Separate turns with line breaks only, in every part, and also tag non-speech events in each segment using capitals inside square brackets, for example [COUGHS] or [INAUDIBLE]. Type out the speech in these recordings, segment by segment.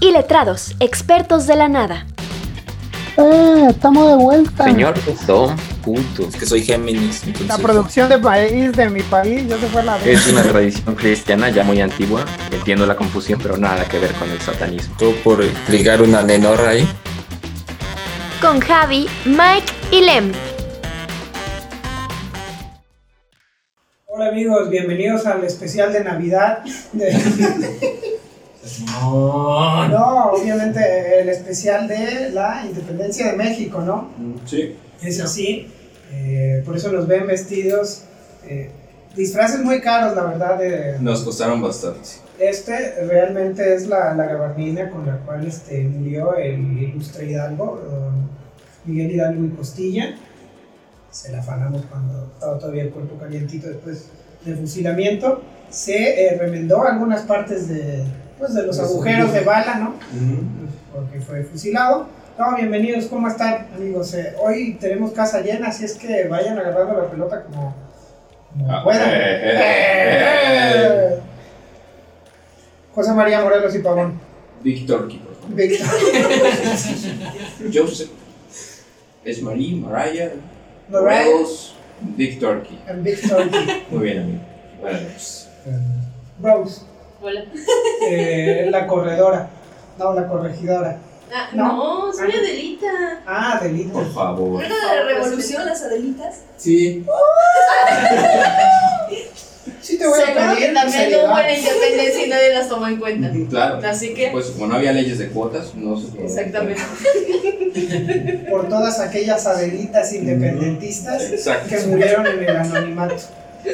y letrados, expertos de la nada.
¡Eh! Estamos de vuelta.
Señor Don Punto.
Es que soy Géminis. entonces-
Ah,
La producción de país de mi país ya se fue a la
Es una tradición cristiana ya muy antigua. Entiendo la confusión, pero nada que ver con el satanismo.
Todo por ligar una nenorra ahí.
Con Javi, Mike y Lem.
Hola amigos, bienvenidos al especial de Navidad. de- no, obviamente el especial de la independencia de México, ¿no?
Sí.
Es así, eh, por eso nos ven vestidos, eh, disfraces muy caros, la verdad. de-
Nos costaron bastante.
este realmente es la, la gabardina con la cual este, murió el ilustre Hidalgo, eh, Miguel Hidalgo y Costilla. Se la afanamos cuando estaba todavía el cuerpo calientito después del fusilamiento. Se eh, remendó algunas partes de, pues, de los
Los
agujeros de bala, ¿no?
Ujú.
porque fue fusilado. No, bienvenidos, ¿cómo están, amigos? Eh, hoy tenemos casa llena, así es que vayan agarrando la pelota como, como
Ah,
puedan.
eh, eh,
Eh. José María Morelos y Pavón.
Víctor Kipro.
Víctor.
Joseph. Esmarí, Mariah.
Lorraine
Rose. Víctor Key.
and Víctor.
Muy bien, amigo. pues, Buenas noches.
Rose,
Hola.
eh, la corredora. No, la corregidora.
Ah,
No.
no, soy Adelita.
Ah, delito.
Por favor.
¿Recuerda de la revolución, las Adelitas?
Sí.
Sí te voy a
Seguro que
pedir
también no
seriedad.
hubo la independencia y nadie las tomó en cuenta. [LAUGHS]
Claro.
Así que,
Pues como no había leyes de cuotas, no se pudo.
exactamente.
por todas aquellas adelitas independentistas
Exacto.
que murieron en el anonimato.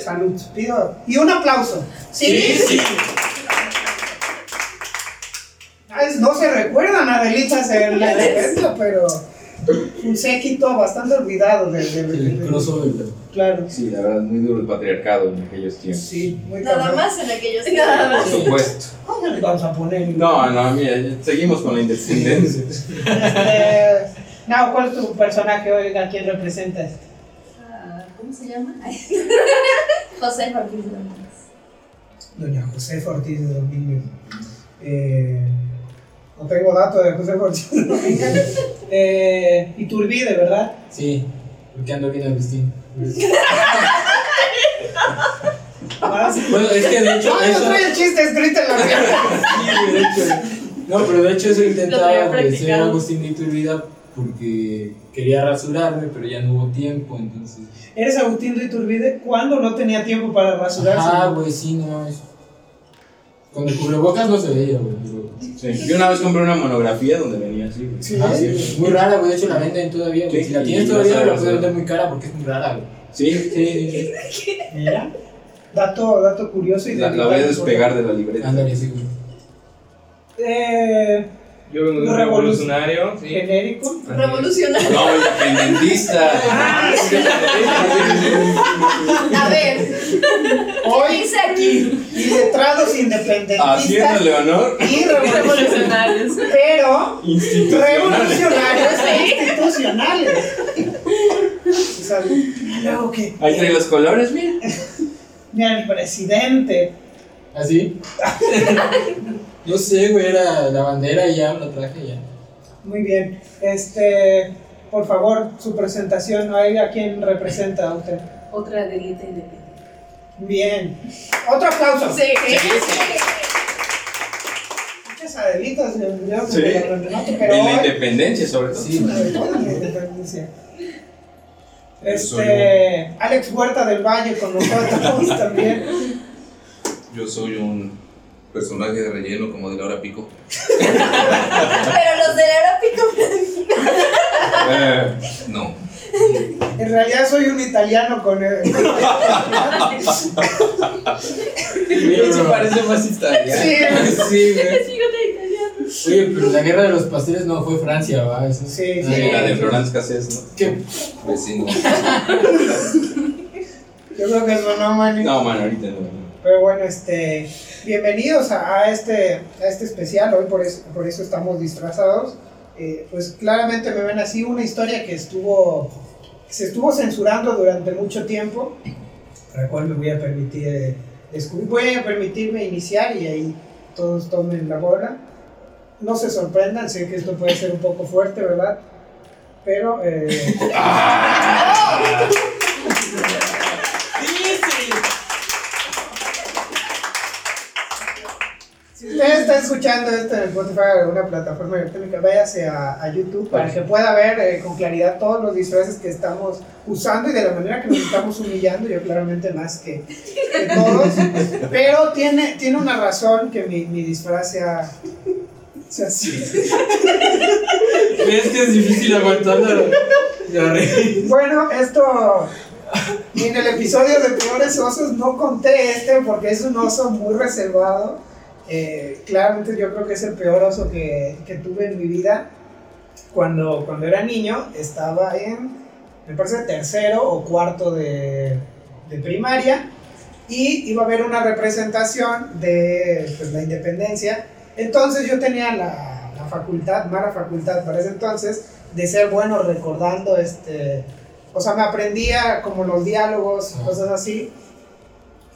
Salud. Pido. Y un aplauso.
Sí,
Ay, Ah, No se recuerdan a delitas en la defensa, pero un séquito bastante olvidado del de, de- de- Claro.
Sí, la verdad, muy duro el patriarcado en aquellos tiempos.
Sí, muy
nada
cabrón.
más en [LAUGHS] aquellos Nada
Por
más.
supuesto.
¿Cómo le vamos a poner?
No, no, mira, seguimos con la independencia.
Este, Nao, ¿cuál es tu personaje hoy? ¿A quién representas?
Ah, ¿Cómo se llama? [LAUGHS] José Martínez Domínguez.
Doña José Ortiz de Domínguez. Eh, no tengo datos de José Ortiz de Domínguez.
[LAUGHS]
Eh, Iturbide, ¿verdad?
Sí, porque ando bien Agustín.
Ahora sí.
Bueno, es que de hecho,
Ay, yo
eso.
trae el chiste escrito en la mierda.
Sí, de hecho. No, pero de hecho eso
había
intentaba pues, ser
practicado.
Agustín de Iturbida porque quería rasurarme, pero ya no hubo tiempo, entonces.
¿Eres Agustín de Iturbide? ¿Cuándo no tenía tiempo para rasurarse?
Ah, güey, sí, no. es- Con el cubrebocas no se veía, güey. pero-
Sí. Yo una vez compré una monografía donde venía así. güey.
Sí.
Ah, sí, muy rara, güey. De hecho, la venden todavía, güey.
Sí,
Si la
y
tienes
no
todavía,
sabe
la puedes
hacer.
vender muy cara porque es muy rara, güey.
Sí.
Sí, sí,
Mira. Dato, dato curioso y de
La, la voy a despegar de la
sí.
libreta.
Ándale, sí, güey.
Eh,
Yo vengo de un
Revoluc-
revolucionario. Sí.
genérico.
Revolucionario.
No, independentista.
A [LAUGHS] ver, ¿qué
Hoy,
dice aquí?
letrados independentistas
Haciendo Leonor.
y revolucionarios.
Revolucionarios.
Pero
Institucionales.
revolucionarios e institucionales. [LAUGHS] O sea, luego que
Ahí trae los colores, mira.
mira, el presidente.
¿Así? ¿Ah, No sé, güey, era la bandera y ya, la traje y ya.
Muy bien. Este, por favor, su presentación. ¿A ella quién representa a usted?
Otra Adelita independiente.
Bien. Otro aplauso.
Sí,
Muchas adelitas, yo yo-
Sí.
pero- no, pero
En la
hoy-
independencia, sobre todo.
Sí, güey.
Este, Alex Huerta del Valle con nosotros también.
Yo soy un personaje de relleno como de la hora pico.
Pero los del Aerópico.
Eh,
No.
En realidad soy un italiano con el-
Eso parece
más
Sí,
[LAUGHS] Sí, güey.
Sí, yo te italiano.
Oye, pero la guerra de los pasteles no fue Francia, ¿va? Eso es-
Sí, sí.
La de Florence Cassés,
¿Qué?
Vecino.
yo creo que sonó man.
¿no? No, man, ahorita no.
Pero bueno, este, bienvenidos a, a este, a este especial. Hoy por eso, por eso estamos disfrazados. Eh, pues claramente me ven así una historia que estuvo, que se estuvo censurando durante mucho tiempo, para la cual me voy a permitir, eh, descu- voy a permitirme iniciar y ahí todos tomen la bola. no se sorprendan, sé que esto puede ser un poco fuerte, ¿verdad? Pero eh, si ustedes están escuchando esto en Spotify o alguna plataforma electrónica, váyase a, a YouTube para que pueda ver eh, con claridad todos los disfraces que estamos usando y de la manera que nos estamos humillando, yo claramente más que, que todos. Pero tiene, tiene una razón que mi, mi disfraz sea, sea así.
¿Ves que es difícil aguantar la, la re-
Bueno, esto. y En el episodio de Peores Osos no conté este porque es un oso muy reservado. Eh, claramente yo creo que es el peor oso que, que tuve en mi vida. Cuando, cuando era niño estaba en, me parece, tercero o cuarto de, de primaria y iba a haber una representación de pues, la independencia. Entonces yo tenía la, la facultad, mala facultad para ese entonces, de ser bueno recordando este o sea me aprendía como los diálogos y cosas así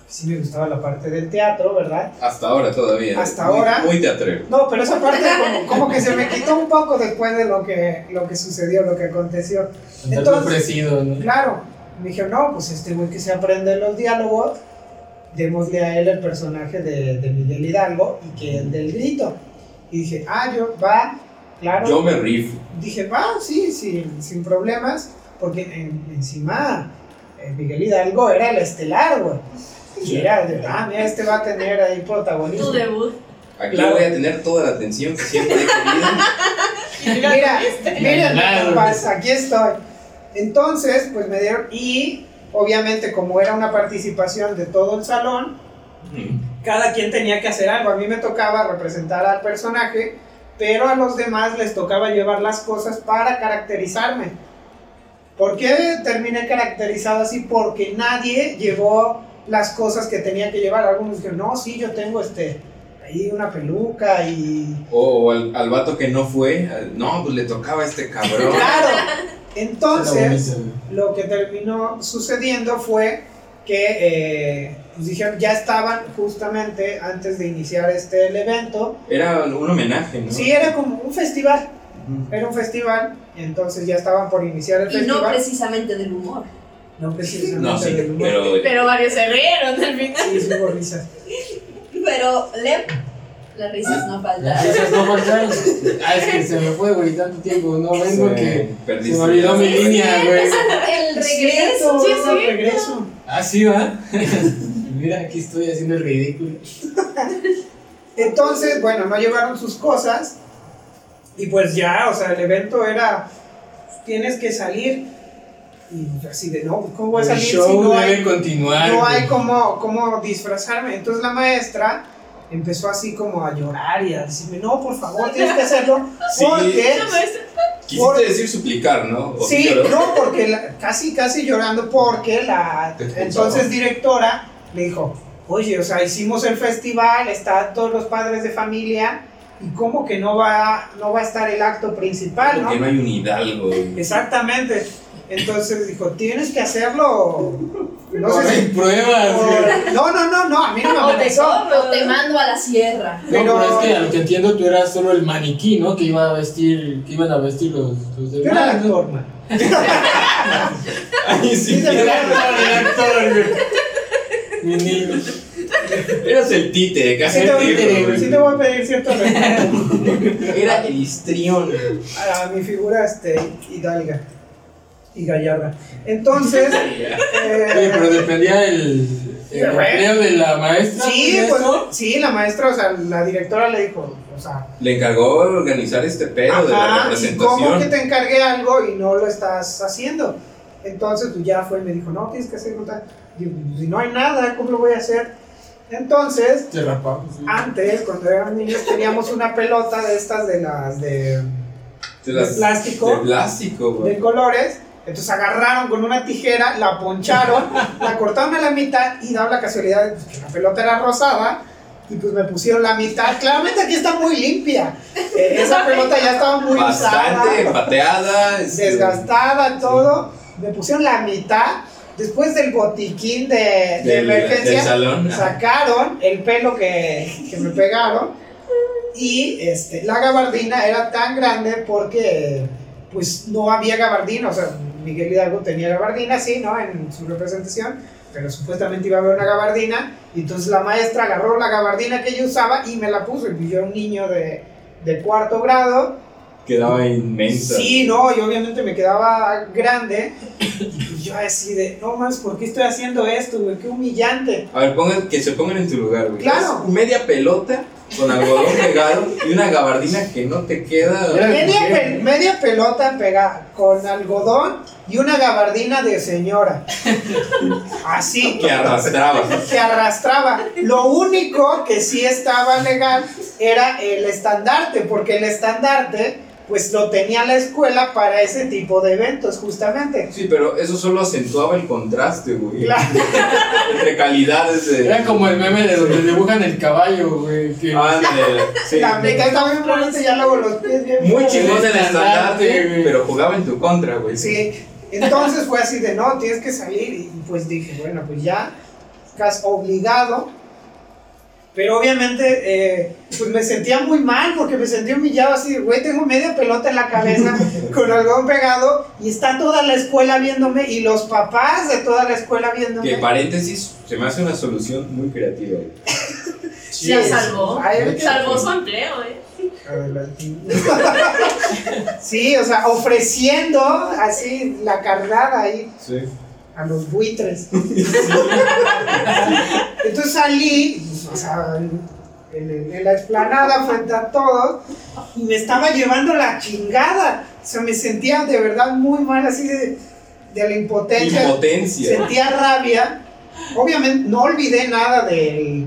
sí me gustaba la parte del teatro verdad
Hasta ahora todavía.
Hasta
Muy-
ahora.
Muy te atrevo.
no pero esa parte como, como que se me quitó un poco después de lo que lo que sucedió lo que aconteció
Andar
Entonces-
ofrecido, ¿no?
claro me dije no pues este güey que se aprende los diálogos démosle a él el personaje de, de Miguel Hidalgo y que el del grito y dije ah yo va claro
Yo me rifo.
dije, va, sí, sí, sin problemas, porque en- encima eh, Miguel Hidalgo era el estelar, güey. Y era de, ah, mira, este va a tener ahí protagonismo.
Tu debut.
Aquí
Claro.
voy a tener toda la atención que siempre he querido.
Mira, miren,
Claro.
compas, aquí estoy. Entonces, pues me dieron, y obviamente como era una participación de todo el salón, cada quien tenía que hacer algo. A mí me tocaba representar al personaje, pero a los demás les tocaba llevar las cosas para caracterizarme. ¿Por qué terminé caracterizado así? Porque nadie llevó las cosas que tenía que llevar. Algunos dijeron, no, sí, yo tengo este, ahí una peluca y
[LAUGHS]
O al, al vato que no fue. al- no, pues le tocaba a este cabrón.
[LAUGHS] Claro.
Era
Entonces,
buenísimo.
lo que terminó sucediendo fue que eh, pues dijeron, ya estaban justamente antes de iniciar este el evento.
Era un homenaje, ¿no?
Sí, era como un festival,
Ujú.
era un festival, entonces ya estaban por iniciar el
Y no
festival.
precisamente del humor.
no precisamente
No, sí,
del humor.
pero.
Pero varios se rieron al final.
Sí, sí hubo risas.
Pero, Lem, las risas no
Las [LAUGHS]
faltan.
risas no faltaron. Ah, es que se me fue, güey, tanto tiempo. No
Sí,
vengo que. Se
perdiste.
me olvidó mi línea, güey.
El
Cierto,
regreso. Sí,
era el regreso.
Ah, sí, va. [LAUGHS] Mira, aquí estoy haciendo el ridículo.
Entonces, bueno, no llevaron sus cosas y pues ya, o sea, el evento era, tienes que salir. Y yo así de, no, ¿cómo voy a
El
salir si
show
no
debe
hay,
continuar.
no
güey.
hay cómo, cómo disfrazarme? Entonces la maestra empezó así como a llorar y a decirme, no, por favor, tienes que hacerlo.
[LAUGHS] Sí.
Porque,
Quisiste decir suplicar, ¿no? O
sí,
lloró.
no, porque la- casi, casi llorando porque la
Te expulsaron.
entonces directora le dijo, oye, o sea, hicimos el festival, están todos los padres de familia y cómo que no va, no va a estar el acto principal, ¿no?
Porque no hay un hidalgo. güey.
Exactamente. Entonces dijo, tienes que hacerlo. No
No
sé
hay
si-
pruebas, güey.
por- No, no, no, no, a mí no me
O te
amenazó.
corro, te mando a la sierra.
No,
Pero-
pero, es que a lo que entiendo tú eras solo el maniquí, ¿no? Que iba a vestir, que iban a vestir los, los
Yo era el
demás.
actor, man.
Ay, sí,
Sí, de verdad.
el actor, güey. Mi niño.
Eras el títere,
Sí
casi
te,
el
voy,
títere, güey.
sí te voy a pedir cierto respeto
Era el
[LAUGHS]
histrión.
a mi figura este, hidalga y gallarda. Entonces, eh,
Oye, pero dependía el, el
Sí, güey.
empleo de la maestra.
Sí,
¿no?
pues sí, la maestra, o sea, la directora le dijo, o sea,
Le encargó organizar este pedo de la
ajá, ¿y ¿cómo que
representación.
te encargué algo y no lo estás haciendo? Entonces tú ya fue y me dijo, no, tienes que hacer tal. Digo, si no hay nada, ¿cómo lo voy a hacer? Entonces,
Te rapamos. sí.
antes, cuando éramos niños, teníamos una pelota de estas de las de,
De las-
de plástico.
De plástico, güey.
de colores. Entonces agarraron con una tijera, la poncharon, la cortaron a la mitad y daba la casualidad de pues, que la pelota era rosada y pues me pusieron la mitad. Claramente aquí está muy limpia. Eh, esa pelota ya estaba muy
Bastante
usada,
pateada. este,
desgastada, todo. Me pusieron la mitad. Después del botiquín de, de
del, del
emergencia,
salón.
sacaron el pelo que, que me pegaron Y este, la gabardina era tan grande porque pues no había gabardina, o sea, Miguel Hidalgo tenía gabardina, sí, ¿no? En su representación, pero supuestamente iba a haber una gabardina, y entonces la maestra agarró la gabardina que yo usaba y me la puso, y yo era un niño de, de cuarto grado,
Quedaba inmensa.
Sí, no, yo obviamente me quedaba grande. Y yo así de, no más, ¿por qué estoy haciendo esto, güey? Qué humillante.
A ver, pongan, que se pongan en tu lugar, güey.
Claro.
Es Media pelota con algodón pegado y una gabardina que no te queda.
Media, pe- media pelota pegada con algodón y una gabardina de señora.
[LAUGHS]
Así.
Que arrastraba.
se arrastraba. Lo único que sí estaba legal era el estandarte, porque el estandarte, pues lo tenía la escuela para ese tipo de eventos, justamente.
Sí, pero eso solo acentuaba el contraste, güey.
Claro.
Entre calidades de.
Era como el meme de donde dibujan el caballo, güey. Que
Ah, sí.
La neta estaba bien bonito, ya luego los pies bien.
Muy chingón el
El estandarte,
estandarte,
güey.
pero jugaba en tu contra, güey.
Sí, entonces fue así de no, tienes que salir. Y pues dije, bueno, pues ya, estás obligado. Pero obviamente, eh, pues me sentía muy mal porque me sentía humillado así, de, güey, tengo media pelota en la cabeza con algodón pegado y está toda la escuela viéndome y los papás de toda la escuela viéndome.
Que paréntesis, se me hace una solución muy creativa. güey.
Sí,
Ya
es-
salvó.
Ay,
Salvó su empleo, ¿eh?
[LAUGHS] Sí, o sea, ofreciendo así la carnada ahí
Sí.
a los buitres. [LAUGHS] Entonces salí, pues, o sea, en, en- en la explanada frente a todos, y me estaba llevando la chingada. O sea, me sentía de verdad muy mal, así de, de la impotencia.
Impotencia.
Sentía rabia. Obviamente, no olvidé nada del,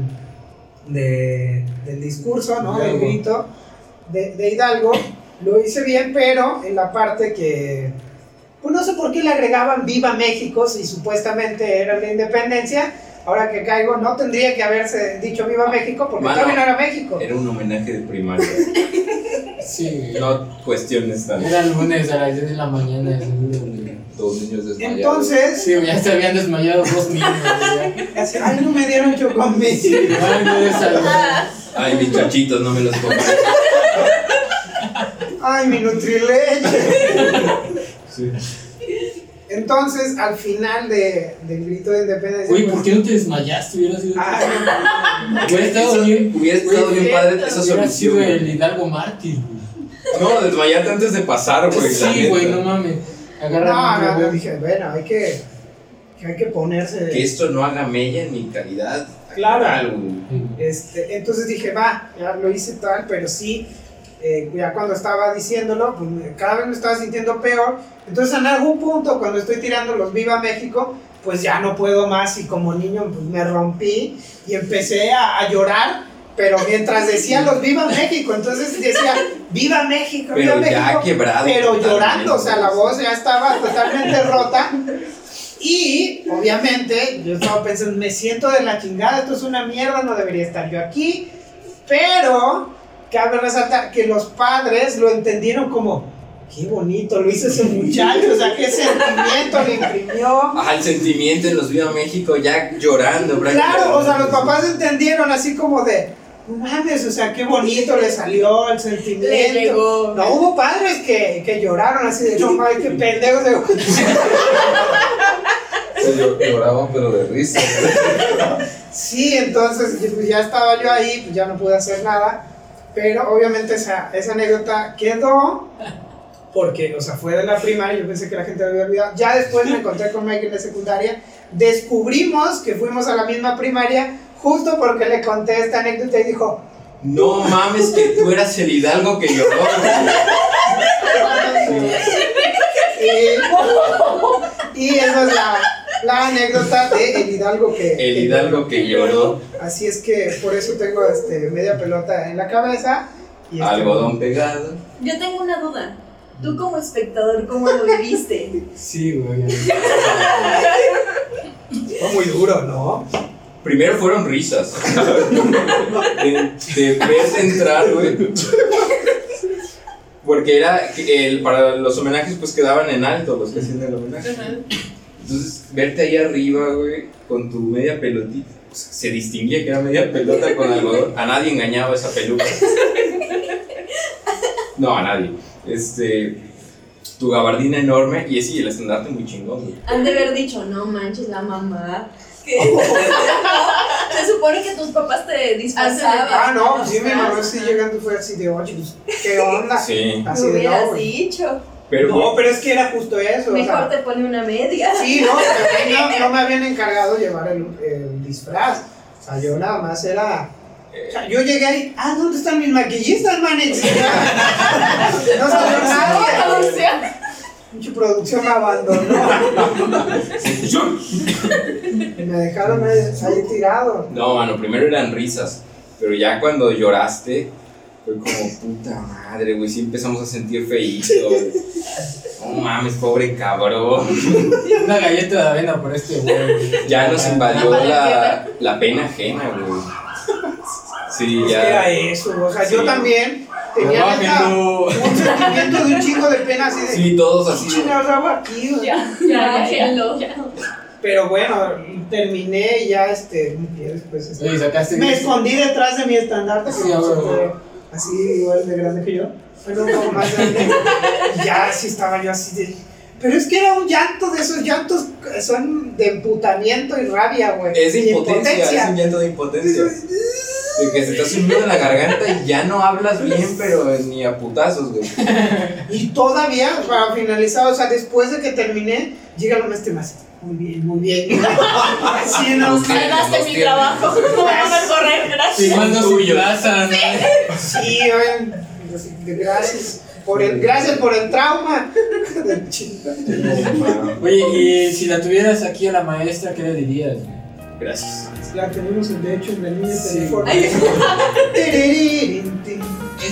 de- del discurso, ¿no? Del
Hidalgo.
grito de, de Hidalgo. Lo hice bien, pero en la parte que. Pues no sé por qué le agregaban Viva México si supuestamente era la independencia. Ahora que caigo, no tendría que haberse dicho Viva México porque
Mano,
todavía no era México.
Era un homenaje de primaria.
Sí, güey.
No cuestiones tan.
Era lunes a las 10 de la mañana. seguro.
Dos niños desmayados.
Entonces,
Sí, güey, ya se habían desmayado dos niños. güey,
así, ay, no me dieron chocomil.
ya. Ay, no les saludé.
Ah.
Ay, mis chachitos, no me los pongo.
Ay, mi Nutrileche.
Sí.
Entonces, al final de, del grito de independencia.
Güey,
pues,
¿por qué no te desmayaste? Hubiera sido.
ay,
Hubiera estado bien, hubiera estado bien padre esa
Hubiera
solución.
sido el
güey.
Hidalgo Mártir, güey.
No, desmayarte antes de pasar, güey. la
Sí,
neta.
güey, no mames.
no,
Agarra
no,
no,
no, dije, bueno, hay que, que hay que ponerse.
Que esto no haga mella en mi calidad.
Claro.
actual, güey.
Este, entonces dije, va, ya lo hice tal, pero sí, eh, ya cuando estaba diciéndolo, pues, me- cada vez me estaba sintiendo peor. Entonces, en algún punto, cuando estoy tirando los Viva México, pues ya no puedo más y como niño pues, me rompí y empecé a, a llorar, pero mientras decía los Viva México, entonces decía, Viva México, Viva
Pero ya
México,
quebrado.
pero
totalmente,
llorando, o sea, la
güey.
voz ya estaba totalmente rota. Y obviamente yo estaba pensando, me siento de la chingada, esto es una mierda, no debería estar yo aquí. Pero cabe resaltar que los padres lo entendieron como, qué bonito lo hizo ese muchacho, o sea, qué sentimiento le imprimió.
Ajá, el sentimiento en los Viva México ya llorando. prácticamente.
Claro, o sea, los papás entendieron así como de, no mames, o sea, qué bonito le salió el sentimiento.
Le llegó.
No, hubo padres que, que lloraron así de, no mames, qué pendejo.
Se llor- lloraban, pero de risa.
Sí, entonces y pues, ya estaba yo ahí, pues ya no pude hacer nada. Pero obviamente esa, esa anécdota quedó porque, o sea, fue de la primaria, yo pensé que la gente la había olvidado. Ya después me encontré con Mike en la secundaria. Descubrimos que fuimos a la misma primaria justo porque le conté esta anécdota y dijo,
No mames, que tú eras el Hidalgo que lloró. güey.
y, [LAUGHS] y esa es la, la anécdota de El Hidalgo que...
El
que-
Hidalgo que lloró.
Así es que por eso tengo este, media pelota en la cabeza. Y este,
Algodón pegado.
Yo tengo una duda. Tú como espectador, ¿cómo lo viviste?
Sí, güey.
Fue muy duro, ¿no?
Primero fueron risas. [LAUGHS] De, de verte entrar, güey. Porque era que el, para los homenajes, pues quedaban en alto los que hacían el homenaje. Entonces, verte ahí arriba, güey, con tu media pelotita. pues, se distinguía que era media pelota con algodón. A nadie engañaba esa peluca. No, a nadie. Este, tu gabardina enorme y sí, el estandarte muy chingón. güey.
Han de haber dicho, no manches, la mamá. [LAUGHS] que- Se supone que tus papás te disfrazaban.
Ah, no, sí, mi mamá sí llegando fue así de, oye, pues, ¿qué onda?
Sí,
Así
Me
de, no,
hubieras
güey.
dicho.
pero
No, pero es que era justo eso, o
Mejor
sea,
te pone una media. [LAUGHS]
sí, no, pero a mí no, no me habían encargado llevar el, el disfraz, o sea, yo nada más era... o sea, yo llegué ahí, ah, ¿dónde están mis maquillistas, manes? no salió
Ah,
nadie.
o sea,
Mucha producción me abandonó. Y me dejaron ahí, ahí tirado.
No, mano, primero eran risas, pero ya cuando lloraste fue como puta madre, güey, sí empezamos a sentir feíto. güey. No mames, pobre cabrón.
Una galleta de avena por este güey.
Ya nos invadió la, la pena ajena, güey. Sí,
Es que era
ya.
eso, o sea,
Sí.
yo también tenía neta
Bájenlo.
un sentimiento de un chingo de pena así de...
Sí, todos así.
"Chingados hago aquí? O sea,
ya, bájenlo.
Pero bueno, terminé y ya este, ya después este,
Oye, sacaste
me
diez.
escondí detrás de mi estandarte
Sí,
porque pues,
bueno.
fue así igual de grande que yo. Bueno, un poco más
[LAUGHS]
grande. Y ya sí estaba yo así de. Pero es que era un llanto de esos llantos que son de emputamiento y rabia, güey.
Es de
Y
impotencia, es un llanto de impotencia. De que se te hace un nudo en la garganta y ya no hablas bien, pero ni a putazos, güey.
Y todavía, para finalizar, o sea, después de que terminé, llega lo más tema así, Muy bien, muy bien. [LAUGHS] así no.
Los tiernos, los tiernos.
[LAUGHS] No me van a correr, gracias.
Igual no se enlazan.
Sí, oigan, pues, gracias por el, gracias por el trauma. [LAUGHS] De chinga.
Oye, y si la tuvieras aquí a la maestra, ¿qué le dirías?
Gracias.
La tenemos de hecho en la línea
Sí.
telefónica.
Ay.
Tereririn, tin,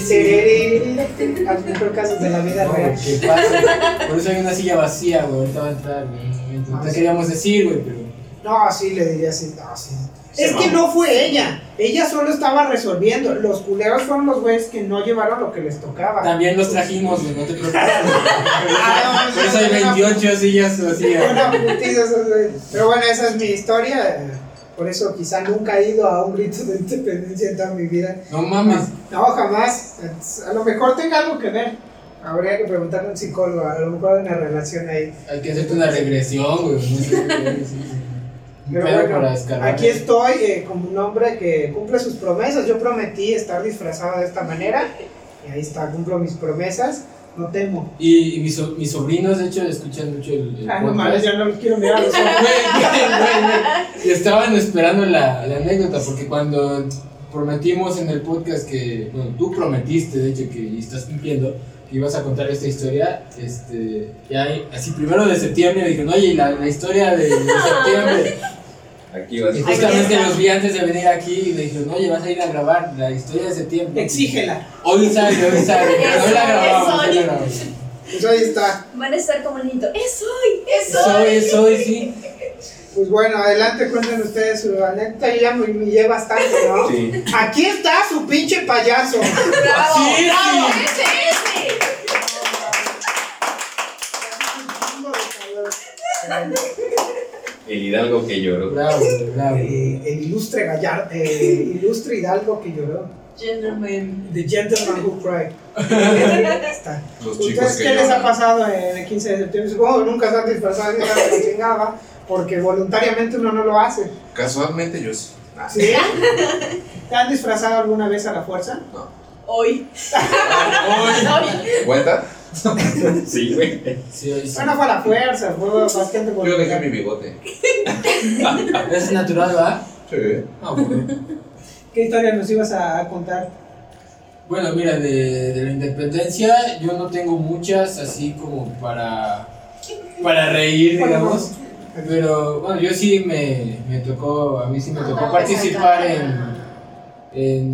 tereririn, tin. Los mejores casos de la vida
No,
real.
¿qué pasa? Por eso hay una silla vacía, güey. Ahorita va a entrar, güey. No te queríamos decir, güey, pero.
No, sí, le diría así. No, sí.
Se
Es que
mamó.
no fue ella. Ella solo estaba resolviendo. Los culeros fueron los güeyes que no llevaron lo que les tocaba.
También los trajimos, güey, no te preocupes.
Ah, no,
Por eso hay
no, no, no.
28 sillas vacías.
Una putiza, esos güeyes. Pero bueno, esa es mi historia. Por eso quizá nunca he ido a un grito de independencia en toda mi vida.
No mames.
No, jamás. A lo mejor tenga algo que ver. Habría que preguntarle a un psicólogo. A lo mejor hay una relación ahí.
Hay que hacerte una regresión, güey. No sé, güey, sí, sí. Un
Pero
pedo
bueno,
para escalar.
aquí estoy eh, como un hombre que cumple sus promesas. Yo prometí estar disfrazado de esta manera. Y ahí está, cumplo mis promesas. No temo.
Y, y mis, so- mis sobrinos, de hecho, escuchan mucho el. el
Ah, no
podcast.
mames, ya no los quiero mirar a los ojos.
Güey, güey, güey, güey. Y estaban esperando la, la anécdota, porque cuando prometimos en el podcast que, bueno, tú prometiste, de hecho, que y estás cumpliendo, que ibas a contar esta historia, este, ya así primero de septiembre, me dijeron, oye, y la, la historia
[LAUGHS]
de, de septiembre,
Aquí vas.
y justamente los vi antes de venir aquí y me dijeron, oye, vas a ir a grabar la historia de septiembre.
Exígela.
Hoy sale, hoy sale, pero hoy
[LAUGHS]
la
Eso,
grabamos,
eso.
hoy la grabamos.
[LAUGHS] Pues ahí está.
Van a estar como niñito. ¡Es hoy! ¡Es hoy!
Soy, soy, sí.
Pues bueno, adelante, cuenten ustedes su anécdota. Yo ya me humillé bastante, ¿no?
Sí.
Aquí está su pinche [LAUGHS] payaso.
¡Bravo!
Sí, sí.
¡Bravo! ¡Ese, Ah, ese!
El hidalgo que lloró.
Bravo, bravo.
Eh, el ilustre gallar, eh, ilustre hidalgo que lloró. [LAUGHS]
Gentleman.
The Gentleman Who Cried. Ahí está.
Los chicos
¿Ustedes
que
qué les ha
lloran.
pasado en el 15 de septiembre? Supongo que nunca se han disfrazado de nada que chingaba, porque voluntariamente uno no lo hace.
Casualmente yo sí.
¿Sí? ¿Te han disfrazado alguna vez a la fuerza?
Hoy. Hoy.
¿Cuenta?
Sí, güey.
Sí, hoy sí.
Bueno, fue a la fuerza, fue bastante
Yo dejé mi
voluntario.
bigote.
Es natural, ¿verdad?
Sí.
Ah, bueno.
¿Qué historia nos ibas a a contar?
Bueno, mira, de, de la independencia yo no tengo muchas así como para, para reír, digamos. Pero bueno, yo sí me, me tocó, a mí
Ah,
sí me
pues
tocó participar en,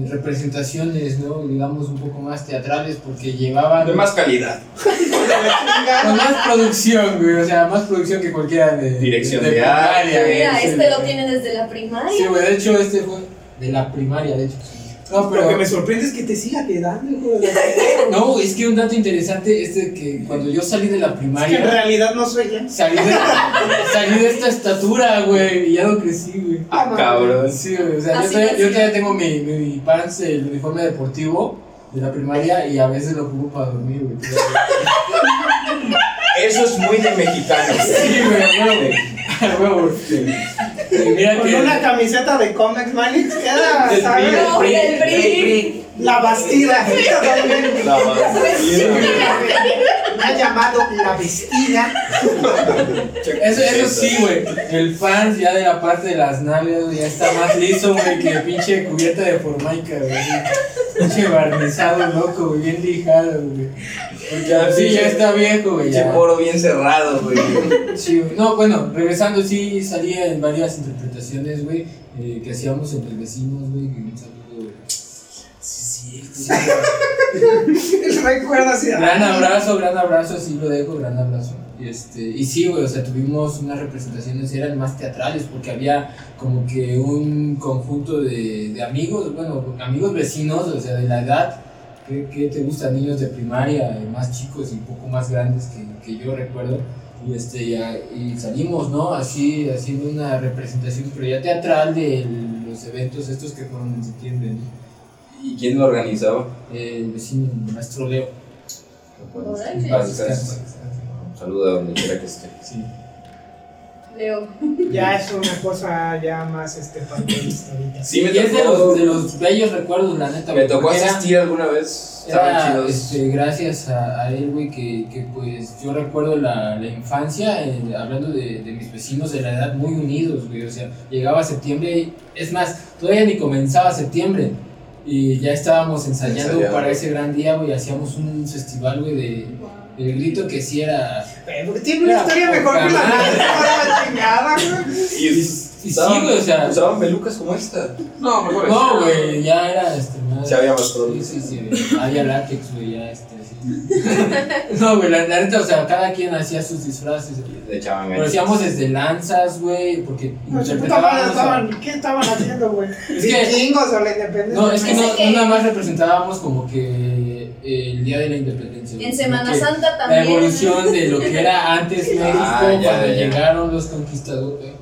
en representaciones, ¿no? Digamos un poco más teatrales porque llevaban...
De más calidad.
Con más producción, güey, o sea, más producción que cualquiera de...
Dirección de
primaria,
arte.
güey,
Mira,
sí,
este lo
güey.
tiene desde la primaria.
Sí, güey, de hecho este fue de la primaria, de hecho. sí. No,
Lo que me
pero.
sorprende es que te siga quedando, hijo de la-
No, es que un dato interesante es de que cuando yo salí de la
Es que en
primaria,
realidad no soy ya.
salí de, salí de esta estatura, güey, y ya no crecí, güey.
Ah, cabrón.
Sí, güey, o sea, yo
Así
todavía,
nací.
yo todavía tengo mi, mi, mi pants, el uniforme deportivo de la primaria y a veces lo ocupo para dormir, güey. todavía.
Eso es muy de mexicanos.
Sí, güey, a huevo. a huevo, sí. Y Mira
Con
que.
una camiseta de Comex Manix queda
[LAUGHS] Del
¿sabes?
PRI,
No,
PRI,
del PRI.
PRI.
la bastida. totalmente.
La madre.
Me ha llamado la vestida. [LAUGHS]
Eso, eso sí, güey. El fans ya de la parte de las nalgas güey, ya está más liso, güey, que pinche cubierta de formaica, güey. Pinche barnizado loco, güey, bien lijado, güey.
Ya,
Sí, ya
pinche-
está viejo, güey.
Pinche
ya.
poro bien cerrado,
[LAUGHS]
güey.
Sí, güey. no, bueno, regresando, sí salía en varias interpretaciones, güey, eh, que hacíamos entre vecinos, güey. que Un saludo, güey. Sí, sí,
Recuerda así.
Gran abrazo, gran abrazo, sí lo dejo, gran abrazo. Y, este, y sí, güey, o sea, tuvimos unas representaciones, eran más teatrales, porque había como que un conjunto de, de amigos, bueno, amigos vecinos, o sea, de la edad, que, que te gustan niños de primaria, eh, más chicos y un poco más grandes que, que yo recuerdo. Y, este, y, a- y salimos, ¿no? Así, haciendo una representación, pero ya teatral de los eventos estos que fueron en septiembre, ¿no?
¿Y quién lo organizaba?
El vecino, el maestro Leo.
Órale.
Para descanso. Saluda donde quiera que esté.
Sí.
Leo.
Ya es una cosa ya más este panteísta ahorita.
Sí, me
y es de
tocó.
los, de los bellos recuerdos, la neta.
Me
güey,
tocó
porque era-
asistir alguna vez.
era,
Estaban chidos.
este, gracias a, a él, güey, que, que, pues yo recuerdo la, la infancia, eh, hablando de, de mis vecinos de la edad, muy unidos, güey. O sea, llegaba septiembre, y- es más, todavía ni comenzaba septiembre. Y ya estábamos ensayando
Ensayado.
para ese gran día, güey. Hacíamos un festival, güey, de, del grito que sí era.
Eh, Porque tiene una
Ya,
historia mejor que la
poca
mía.
madre.
la chingada, güey.
Y,
y sí, güey, o sea-
Usaban pelucas como esta.
No, mejor es.
No, güey, ya era este. más-
Se había más producto.
Sí, sí, sí. güey. Había látex, güey, ya este. sí. [LAUGHS] No, güey, la, la neta, o sea, cada quien hacía sus disfraces.
Le echaban
Pero
ganas.
hacíamos desde lanzas, güey, porque
No, su Pues, puta madre,
interpretábamos. a-
estaban- ¿Qué estaban haciendo, güey?
Es que-
¿Vikingos o la independencia?
No, es que no,
Pensé que-
no nada más representábamos como que el día de la independencia. güey,
En
sino
Semana
que
Santa
La
también.
evolución de lo que era
[LAUGHS]
antes México
Ah, ya,
cuando
ya.
llegaron los conquistadores. güey.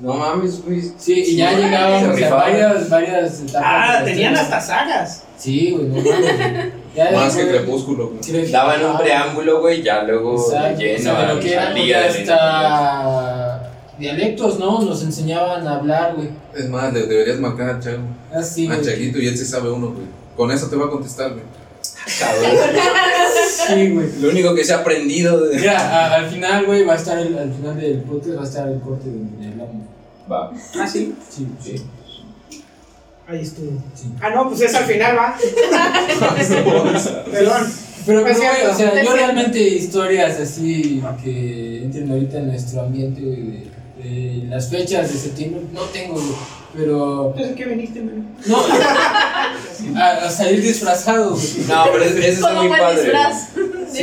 No mames, güey.
Sí, y ya
Sí,
llegábamos
se
a
rifaban.
varias, varias etapas.
Ah,
de-
tenían hasta sagas.
Sí, güey, no mames. güey. Ya
Más que
después-
Crepúsculo, güey.
Creo que-
Daban un
Ah,
preámbulo, güey, ya luego
Exacto,
de lleno
o sea, de
al-
lo que eran
al día de la independencia.
hasta dialectos, ¿no? Nos enseñaban a hablar, güey.
Es más, le deberías marcar a Chago.
Así,
a
güey.
Chaguito y él se sabe uno, güey. Con eso te va a contestar, güey.
Cabrón.
Sí, güey.
Lo único que se ha aprendido de...
Mira, a- al final, güey, va a estar el, al final del podcast va a estar el corte donde hablamos.
Va.
Ah, sí.
Sí, sí.
Ahí estuvo.
Sí.
Ah, no, pues es al final,
[LAUGHS]
va. Perdón.
Pero,
Pues
pero,
cierto,
güey, o
es
sea, yo
cierto.
realmente historias así que entren ahorita en nuestro ambiente, güey, de, de las fechas de septiembre, no tengo, güey. Pero,
Entonces, ¿qué viniste, man?
no, [LAUGHS] a, a salir disfrazado, güey.
No, pero es- eso está
Como
muy
buen
padre. güey.
disfraz.
Sí,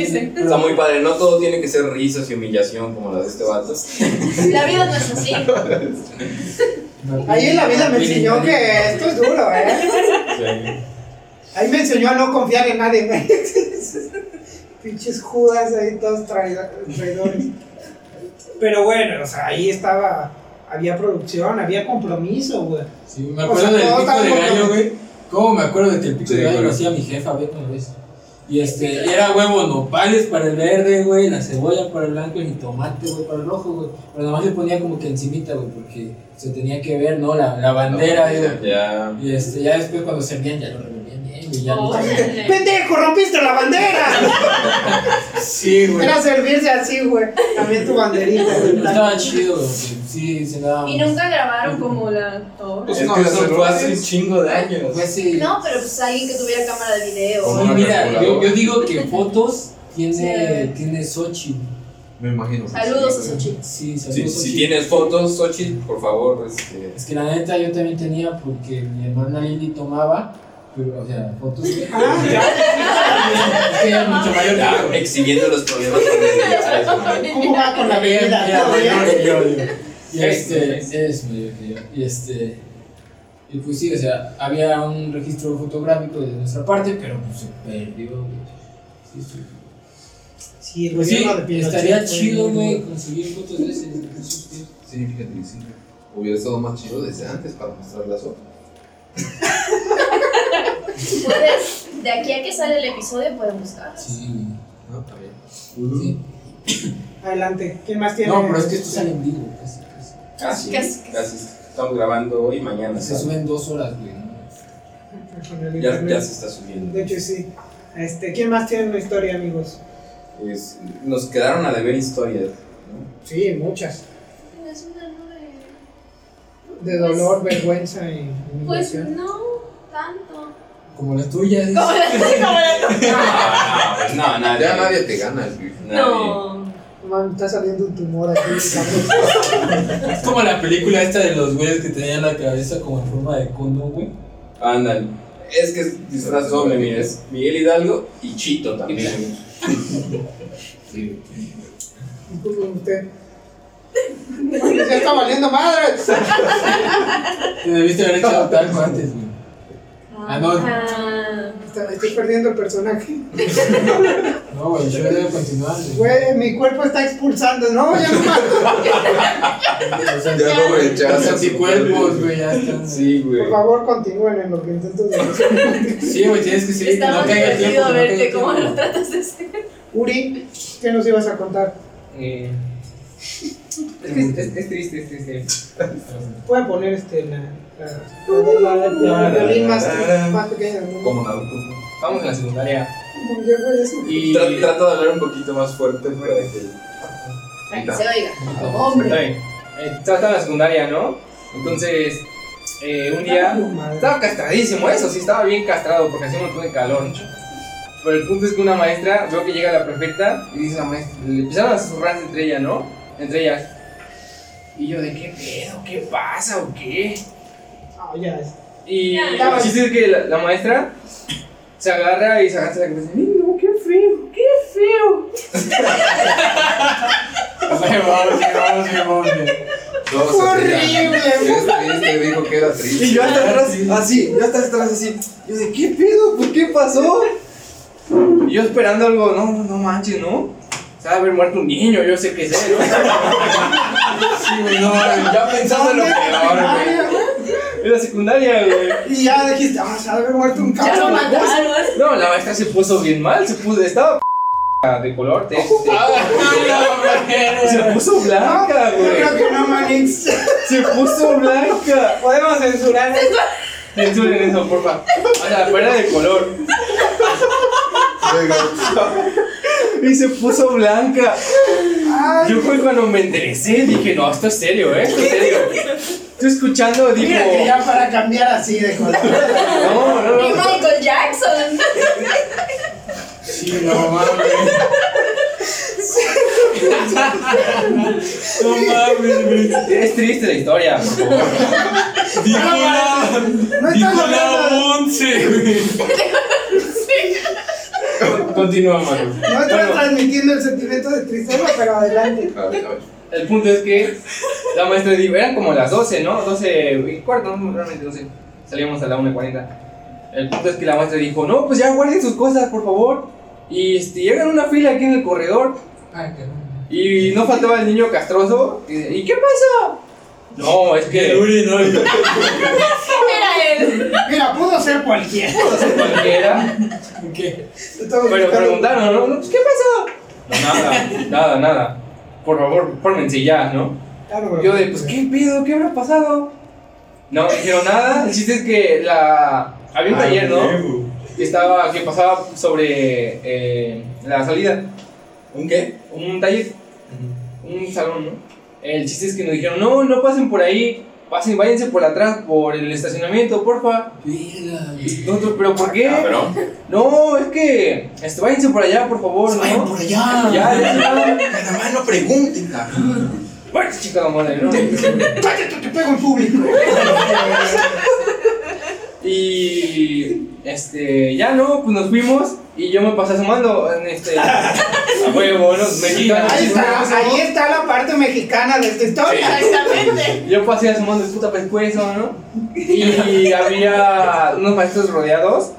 [LAUGHS] Dice.
pero-
Está muy padre. No todo tiene que ser risas y humillación como las de este vato.
La vida no es así.
Ahí en la vida me enseñó que esto es duro, ¿eh? Ahí me enseñó a no confiar en nadie, [LAUGHS] güey. Pinches judas ahí, todos traido- traidores. Pero bueno, o sea, ahí estaba. Había producción, había compromiso, güey.
Sí, me
O
acuerdo
sea,
del
todos
pico de
estaban
gallo, güey. ¿Cómo me acuerdo de que el pico
Sí,
de gallo lo
claro.
hacía mi jefa, ve una vez? Y este, y era huevo nopales para el verde, güey, la cebolla para el blanco y tomate, güey, para el rojo, güey. Pero nomás le ponía como que encimita, güey, porque se tenía que ver, ¿no? La, la bandera,
bandera.
güey.
Ya.
Y este, ya después cuando servían ya lo revolvían bien, güey, ya lo-
Órale.
¡Pendejo, rompiste la bandera!
Sí, güey.
Era servirse así, güey. También tu banderita, güey.
Estaba chido, güey. Sí, se daba.
Y nunca grabaron como la. todo.
Pues
es
no,
que
eso
eso
no
fue hace
es.
un chingo de años.
Fue así.
No, pero pues alguien que tuviera cámara de video.
Con
Sí,
una
mira, yo,
calculadora.
yo digo que fotos tiene,
Sí.
tiene Xochitl.
Me imagino. que
Saludos a
sí, güey.
Xochitl.
Sí,
Si,
saludos.
si
Xochitl.
tienes fotos, Xochitl, por favor, este,
Es que la neta yo también tenía porque mi hermana Lili tomaba, pero, o sea,
[LAUGHS]
fotos. [LAUGHS] es
Ah,
que ella es mucho mayor que yo.
ya, exhibiendo los problemas familiares, güey.
¿Cómo va con la
Ella-
bebida?
ella
¿Todo
es
bien?
mayor que yo, digo. Y
Es-
este, es mayor que yo. Y este. Y pues sí, o sea, había un registro fotográfico de nuestra parte, pero pues se perdió, güey. Sí, sí.
Sí, el
Pues sí,
gobierno de Pinochet
estaría
fue-
chido, güey, conseguir fotos de ese. de esos tíos.
Sí, fíjate que sí. Hubiera estado más chido desde antes para mostrar las otras.
Puedes, de aquí a que sale el episodio, pueden buscar.
Sí, güey.
No, está bien.
Sí.
Adelante, ¿quién más tiene?
No, pero es que esto sale en vivo, casi, casi.
Casi,
Casi,
Ah, casi. Estamos grabando hoy y mañana.
Se
¿sabes?
suben dos horas, güey. ¿no?
Con el
Ya,
internet.
ya se está subiendo.
De hecho, sí. Este, ¿Quién más tiene una historia, amigos?
Es- nos quedaron a deber historias.
Sí, muchas.
Tienes una nube.
De dolor, vergüenza y
Pues
humillación.
no tanto.
Como la tuya. dice.
[LAUGHS] Como la como la
No, pues no, nadie.
Ya nadie te gana, güey.
Nadie.
No.
Man, me está saliendo un tumor aquí. cabrón.
Es como la película esta de los güeyes que tenían la cabeza como en forma de condón, güey.
Ándale. Es que es disfraz doble, mira. Es Miguel Hidalgo y Chito también.
Sí.
Disculpen usted. ya está valiendo madre.
Te debiste haber hecho talco antes, güey. Ah, no.
Ah.
Está- Estoy perdiendo el personaje.
No, güey, yo debo continuar. güey.
Güey, mi cuerpo está expulsando. No, ya no más.
O sea,
Ya no me
Los
echaste
anticuerpos, güey, ya están.
Sí, güey.
Por favor, continúen en los intentos de
Sí, güey, tienes que seguir.
Está
No
muy
caiga el tiempo.
divertido
no caiga
verte
el
cómo lo
tiempo.
tratas de ser.
Uri, ¿qué nos ibas a contar?
Eh, Es, que es- es triste, es triste.
Pueden poner este la la la- la- la violín más, más pequeña. ¿no?
Como Naruto. Vamos a la secundaria.
Como que, güey, es-
Y tra- trata de hablar un poquito más fuerte para que.
Para que se oiga. Como
Está
hombre.
bien. Eh, trata de la secundaria, ¿no? Entonces, eh, un
Ah,
día.
tu madre.
Estaba castradísimo, eso sí, estaba bien castrado porque hacía un montón de calor. Pero el punto es que una maestra, veo que llega la prefecta y dice la maestra, le empezaron a susurrar entre ellas, ¿no? Entre ellas. Y yo, ¿de qué pedo? ¿Qué pasa o qué?
Ah, ya es.
Y
Ya.
el chiste es que la, la maestra se agarra y se agarra la cabeza y dice, "Ay, no, qué frío, qué feo.
[LAUGHS] Güey, vamos, güey, vamos, güey, vamos, güey.
No, o sea, te gana.
Horrible.
Es triste, dijo que era triste.
Y yo hasta atrás, así, yo hasta atrás así. Yo de, ¿qué pedo? ¿Por qué pasó? Y yo esperando algo, no, no manches, ¿no? Se ha de haber muerto un niño, yo sé que sé, [LAUGHS] ¿no?
Sí, güey, no, güey, ya pensando en lo peor, güey.
Ay, güey.
En la secundaria, güey.
Y ya dijiste, ah, se ha de haber muerto un
Ya lo
cabrón.
mataron.
No, la maestra se puso bien mal, se puso, estaba p- de color, te- te- se puso blanca,
Yo creo
güey.
que no, Manix.
Se puso blanca. Podemos censurar. Censuren eso, porfa. O sea, fuera de color.
Oiga,
Y se puso blanca.
Ay,
Yo fue cuando me enderecé, dije, no, esto es serio, ¿eh? Esto es serio. Estoy escuchando, digo,
mira que ya para cambiar así de color.
no, no,
Y
no.
Michael Jackson. [LAUGHS]
Sí, no mames. No mames, güey.
Es triste la historia, por favor.
Dijo la,
No
dijo
estás hablando,
la once, güey.
Continúa, Manu.
no estás
Bueno.
transmitiendo el sentimiento de tristeza, pero adelante.
a ver, a ver.
El punto es que la maestra dijo, eran como las 12, ¿no? 12 y cuarto, no, realmente no sé. Salíamos a la 1.40. El punto es que la maestra dijo, no, pues ya guarden sus cosas, por favor. Y este, y hagan una fila aquí en el corredor.
Ah,
Y no faltaba el niño castroso. que, ¿Y qué pasa? No, es
Que
que
Uri no.
Era él.
Mira, pudo ser cualquiera.
cualquiera.
¿Qué?
Estamos
Pero
buscando-
preguntaron, ¿no? No, pues, ¿Qué pasó? No, nada, nada, nada. Por favor, fórmense ya, ¿no?
Ah, no,
Yo de, pues, ¿qué pedo? ¿Qué habrá pasado? No me dijeron nada. El chiste es que la... Había un taller, ¿no? Que, estaba, que pasaba sobre eh, la salida.
¿Un qué?
Un taller. Un salón, ¿no? El chiste es que nos dijeron, no, no pasen por ahí. Pasen, váyanse por atrás, por el estacionamiento, porfa. Y nosotros, ¿pero por
Ah,
qué?
Cabrón.
No, es que... este, váyanse por allá, por favor, ¿no?
Vayan por allá.
Ya, ya, ya.
[LAUGHS] Nada más no pregunten, cabrón.
Muerte, chica de madre, ¿no?
Cállate, te pego en público.
Y este, ya no, pues nos fuimos y yo me pasé asomando
[LAUGHS]
en este a huevo, ¿no? Mexicano,
Ahí está,
¿no?
ahí está la parte mexicana de esta historia.
Exactamente.
Yo pasé asomando el puta pescuezo, ¿no? Y había unos maestros rodeados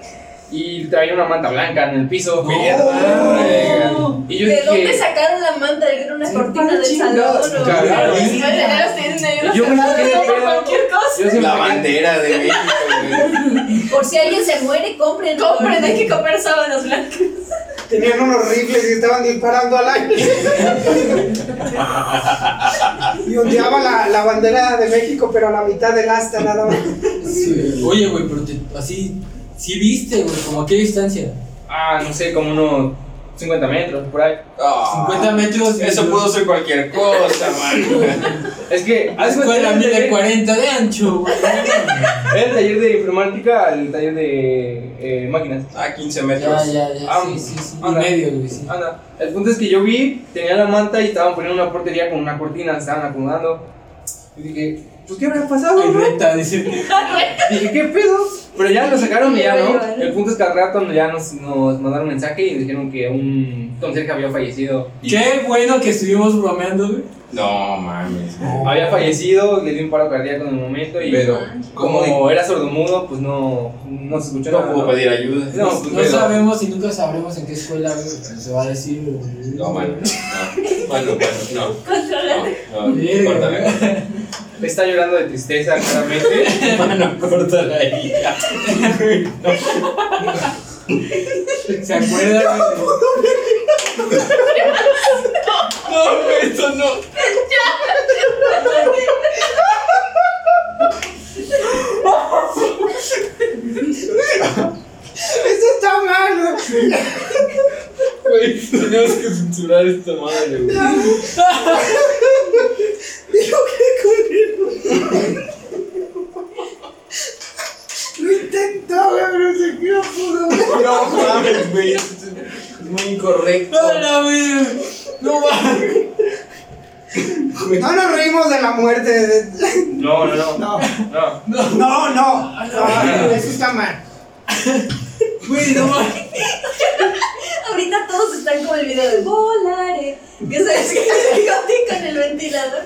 y traía una manta blanca en el piso.
Ah,
mierda. Y yo
¿De
dije-
dónde sacaron la manta? Era una
Sí,
cortina
para
del
chingados,
salón. ¿no?
cagaron.
Los ingenieros tienen ahí unos
Yo me
zapatos
quedé
por
pedo.
cualquier cosa.
Yo siempre
La bandera
[LAUGHS]
de México, güey.
Por si alguien se muere, compren. Compren, hay que comprar sábanas blancas.
Tenían unos rifles y estaban disparando al aire. y ondeaba la, la bandera de México, pero a la mitad del asta nada más.
Sí. Oye, güey, pero te- así, sí viste, güey, como a qué distancia.
Ah, no sé, como unos 50 metros, por ahí.
Ah,
50 metros.
Eso pudo ser cualquier cosa, man.
Es que, haz cuenta,
Fue la
era un
mía de
taller-
40 de ancho,
[LAUGHS]
güey.
era el taller de informática, el taller de eh, máquinas.
Ah, 15
Ya,
metros.
ya, ya.
Ah,
sí, sí, sí. Y
anda.
medio, güey, sí.
Anda, el punto es que yo vi, tenía la manta y estaban poniendo una portería con una cortina, estaban acomodando. Y dije, pues ¿qué habrá pasado?
Hay
no?
renta,
[LAUGHS]
dice.
Dije, ¿qué pedo? Pero ya lo sacaron y ya no. El punto es que al rato ya nos, nos mandaron un mensaje y dijeron que un conserje había fallecido.
Qué bueno que estuvimos bromeando, güey.
No mames.
Había fallecido, le dio un paro cardíaco en el momento y
Pero, ¿cómo
como era sordomudo, pues no, no se escuchó
no
nada,
pudo pedir ayuda?
No, pues,
No
pero-
sabemos y nunca sabremos en qué escuela güey, se va a decir. güey.
No,
[LAUGHS]
man. No, bueno, bueno, no.
Controlar.
No, no, córtale.
Está llorando de tristeza,
[LAUGHS]
claramente.
Mano, córtala ahí.
¿Se acuerdan? güey?
No, güey, eso no.
Eso está mal.
Güey, tenemos que censurar esta madre, güey.
Lo intentó, güey, pero se quedó puro.
No mames, güey. Es muy incorrecto.
No, no, güey. No mames.
No nos reímos de la muerte. de-
No, no,
No,
no. no.
no, no. No, eso está mal.
Güey, no mames.
Ahorita todos están con el video de volaré. Que sabes que es el Gotti con el ventilador.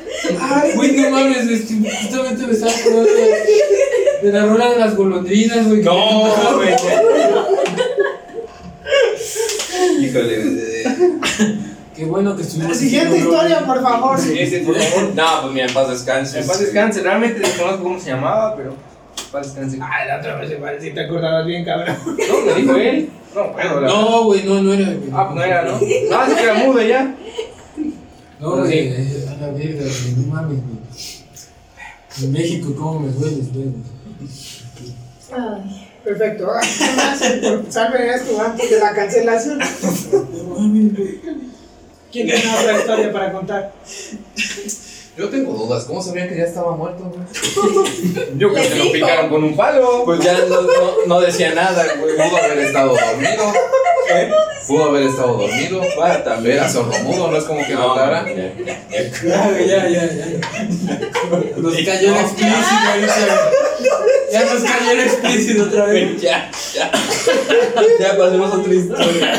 Güey, no mames. este, Justamente me estaba acordando de, de la rola de las golondrinas, güey. que-
No, güey. Híjole. eh,
Qué bueno que estuvimos.
La siguiente
haciendo bromas.
historia, por favor.
Ese, por favor.
No, pues mira, en paz descanse.
En paz descanse, realmente desconozco cómo se llamaba, pero en paz descanse.
Ay, la otra vez igual si te acordabas bien, cabrón.
No, me dijo él. No, bueno, la
No, güey, no, no era. güey.
Ah, pues no era, ¿no? No, se que era mudo ya.
No, güey, eh, a la verga, güey, no mames, güey. En México, ¿cómo me dueles, güey?
Ay.
Perfecto. Gracias por salve esto antes de la
[LAUGHS]
cancelación.
No mames, güey.
¿Quién tiene otra historia para contar?
Yo tengo dudas. ¿Cómo sabían que ya estaba muerto, güey?
Yo creo que lo picaron con un palo.
Pues ya no, no, no decía nada, güey. Pudo haber estado dormido. ¿eh? Pudo haber estado dormido. Va, también era sordomudo, no es como que no hablara.
Ya, güey, ya, ya, ya. Nos cayó el explícito ahorita, güey. Ya nos cayó el explícito otra vez.
Ya, ya. Ya pasemos a otra historia.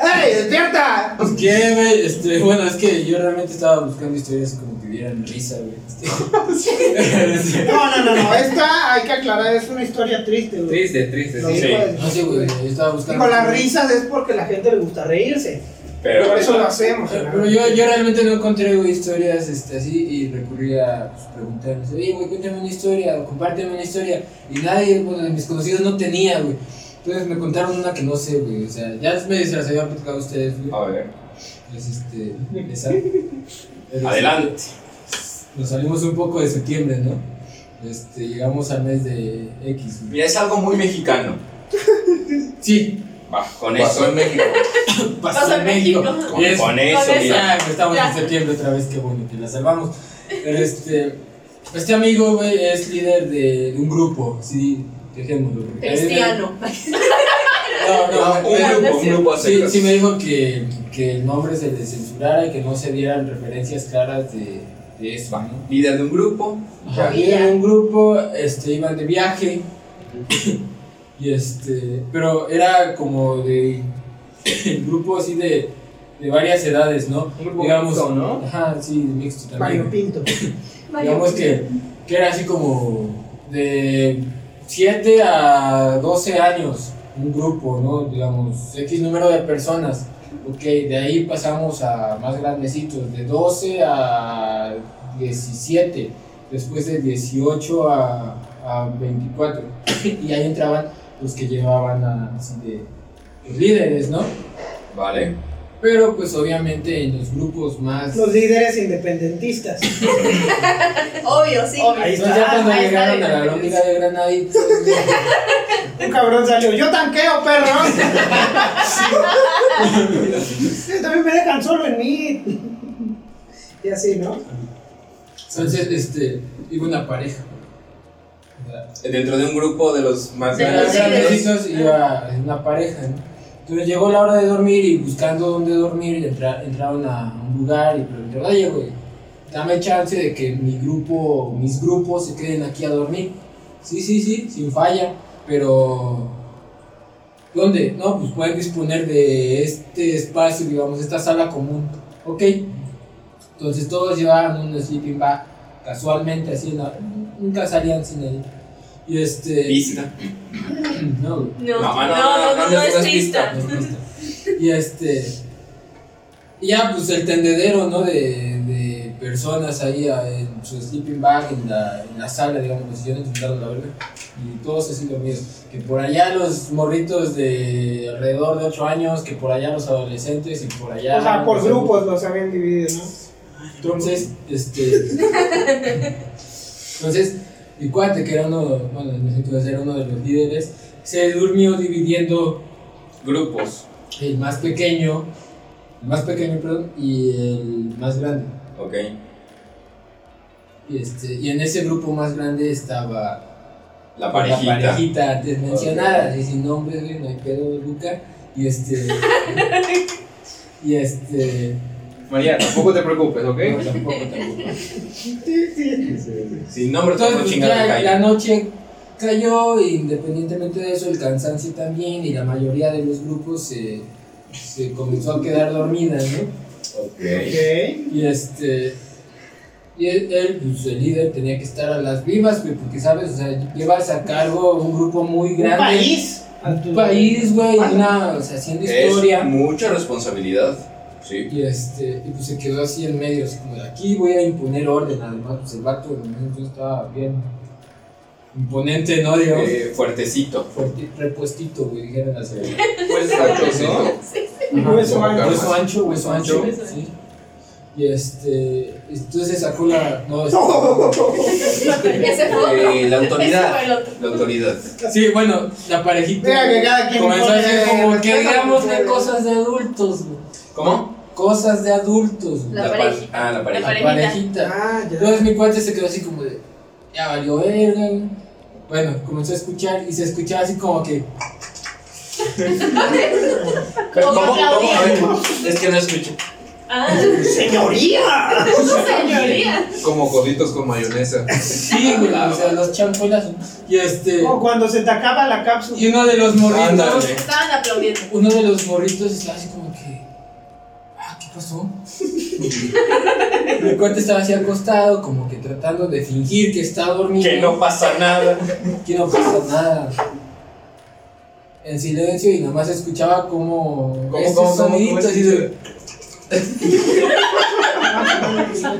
¡Ey, despierta!
Pues qué, güey, este, bueno, es que yo realmente estaba buscando historias como que dieran risa, güey. Este,
No, no, no, no. Esta hay que aclarar, es una historia triste, güey.
Triste, triste,
Lo
sí.
dijo el-
[LAUGHS] No sé, Ah, güey, yo estaba buscando.
Digo, las risas es porque la gente le gusta reírse. Por eso lo hacemos.
Pero
¿no?
pero yo, yo realmente no encontré güey, historias este, así y recurrí a pues, preguntarles, oye, güey, cuéntame una historia o compárteme una historia. Y nadie, bueno, de mis conocidos no tenía, güey. Entonces me contaron una que no sé, güey. O sea, ya me se las había platicado a ustedes, güey.
A ver.
Pues, este, esa. Pero,
Adelante.
este, Nos salimos un poco de septiembre, ¿no? Este, llegamos al mes de X, güey.
Mira, es algo muy mexicano.
Sí,
Va, con eso en México.
pasó en México.
Con,
Y es-
con eso,
Con
mira.
Ya, pues, estamos
Ya.
en septiembre otra vez, qué bueno que la salvamos. Pero este, este amigo, güey, es líder de, de un grupo, sí, dejémoslo. porque-
Cristiano.
No, no,
No, un
me-
grupo, un grupo a
Sí,
secas.
sí me dijo que, que el nombre se le censurara y que no se dieran referencias claras de, de eso, ¿no?
Líder de un grupo.
Ajá, líder de un grupo, este, iban de viaje, [COUGHS] y este, pero era como de [COUGHS] el grupo así de, de varias edades, ¿no?
Un grupo
Digamos,
mixto, ¿no?
Ajá, sí, mixto también.
Mario Pinto.
Digamos que, que era así como de 7 a 12 años, un grupo, ¿no? Digamos, X número de personas. Ok, de ahí pasamos a más grandecitos, de 12 a 17, después de 18 a, a 24. Y ahí entraban los que llevaban a- así de los líderes, ¿no?
Vale.
Pero pues obviamente en los grupos más...
Los líderes independentistas.
Obvio, sí.
Obvio. Ah, Ahí está,
Entonces ya cuando
ahí está,
llegaron a la
ahí está.
lógica de pues, Granaditos, güey,
Un cabrón salió, yo tanqueo,
[LAUGHS]
perro. También me dejan solo en mí. Y así, ¿no?
Entonces, este, iba una pareja. O sea,
Dentro de un grupo de los más
De
eran
los
grandes.
grandecitos iba una pareja, ¿no? Entonces llegó la hora de dormir y buscando dónde dormir entra- entraron a un lugar y preguntaron, oye, güey, dame chance de que mi grupo, mis grupos se queden aquí a dormir. Sí, sí, sí, sin falla, pero... ¿Dónde? No, pues pueden disponer de este espacio, digamos, esta sala común. Ok. Entonces todos llevaban un sleeping bag casualmente así, no, nunca salían sin él. Y este...
Pista.
No, güey. pues,
No,
No, no,
no, no,
no, no,
no,
no
no
es
es
pista.
Y este. y Ya, pues el tendedero, ¿no? De, de personas ahí ah, en su sleeping bag, en la, en la sala, digamos, los sillones sentados, la verga. Y todos así dormidos. Que por allá los morritos de alrededor de 8 años, que por allá los adolescentes y por allá.
O sea, por
los
grupos los habían dividido, ¿no?
entonces, este. entonces, mi cuate, que era uno, bueno, en ese entonces era uno de los líderes, se durmió dividiendo
Grupos.
el más pequeño, el más pequeño, perdón, y el más grande.
Ok.
Y, este, y en ese grupo más grande estaba
La parejita.
la parejita antes mencionada, y sin nombres, güey, no hay pedo, Luca. Y este. y este.
María, tampoco te preocupes, ¿ok?
no, tampoco, tampoco.
Sin nombre, todo
Entonces, pues,
chingado
ya
caído.
la noche cayó, e independientemente de eso, el cansancio también, y la mayoría de los grupos se, se comenzó a quedar dormidas, ¿no?
Ok.
Ok.
Y este. Y él, él, pues, el líder, tenía que estar a las vivas, güey, porque, ¿sabes? O sea, llevas a cargo un grupo muy
Un
grande.
país. a tu-
Un país, güey, una, o sea, haciendo
Es
historia.
mucha responsabilidad. Sí.
Y, este, y pues se quedó así en medio, así como de aquí voy a imponer orden. Además, pues el vato en ese entonces estaba bien imponente, ¿no? Digamos.
Eh, fuertecito.
Fuerte, repuestito, güey, dijeron las
Pues
Fuertecito.
Hueso
Ajá.
ancho.
Hueso ancho, hueso ancho.
Hueso ancho.
sí. Y este. Entonces sacó la.
[LAUGHS]
No, este-
Ese fue otro.
Eh, la
Ese fue el
autoridad.
otro.
La autoridad.
Sí, bueno, la parejita.
Mira que cada quien
comenzó a hacer
pone-
como que
respeta
digamos
lo que
de
puede.
cosas de adultos, güey.
¿Cómo?
Cosas de adultos, güey.
La
par-
parejita.
Ah, la
La
pareja.
parejita.
Ah, ya.
Entonces mi cuate se quedó así como de. Ya valió verga, güey. Bueno, comenzó a escuchar y se escuchaba así como que.
Como
¿Cómo? ¿Cómo? A
Claudia.
ver, es que no escuché.
Ah,
[LAUGHS] ¡Señoría!
señoría.
Como coditos con [LAUGHS] mayonesa.
Sí, güey, o
[LAUGHS]
sea, los champuelazos. Y este.
O cuando se te acaba la cápsula.
Y uno de los morritos.
Ándale.
Estaban aplaudiendo.
uno de los morritos estaba así como que. Ah, ¿qué
[LAUGHS]
pasó? Mi cuate estaba así acostado, como que tratando de fingir que está dormido.
Que no pasa nada.
que no pasa nada. En silencio y nada más escuchaba como.
¿Cómo,
estos
cómo, cómo,
soniditos
cómo es?
así de.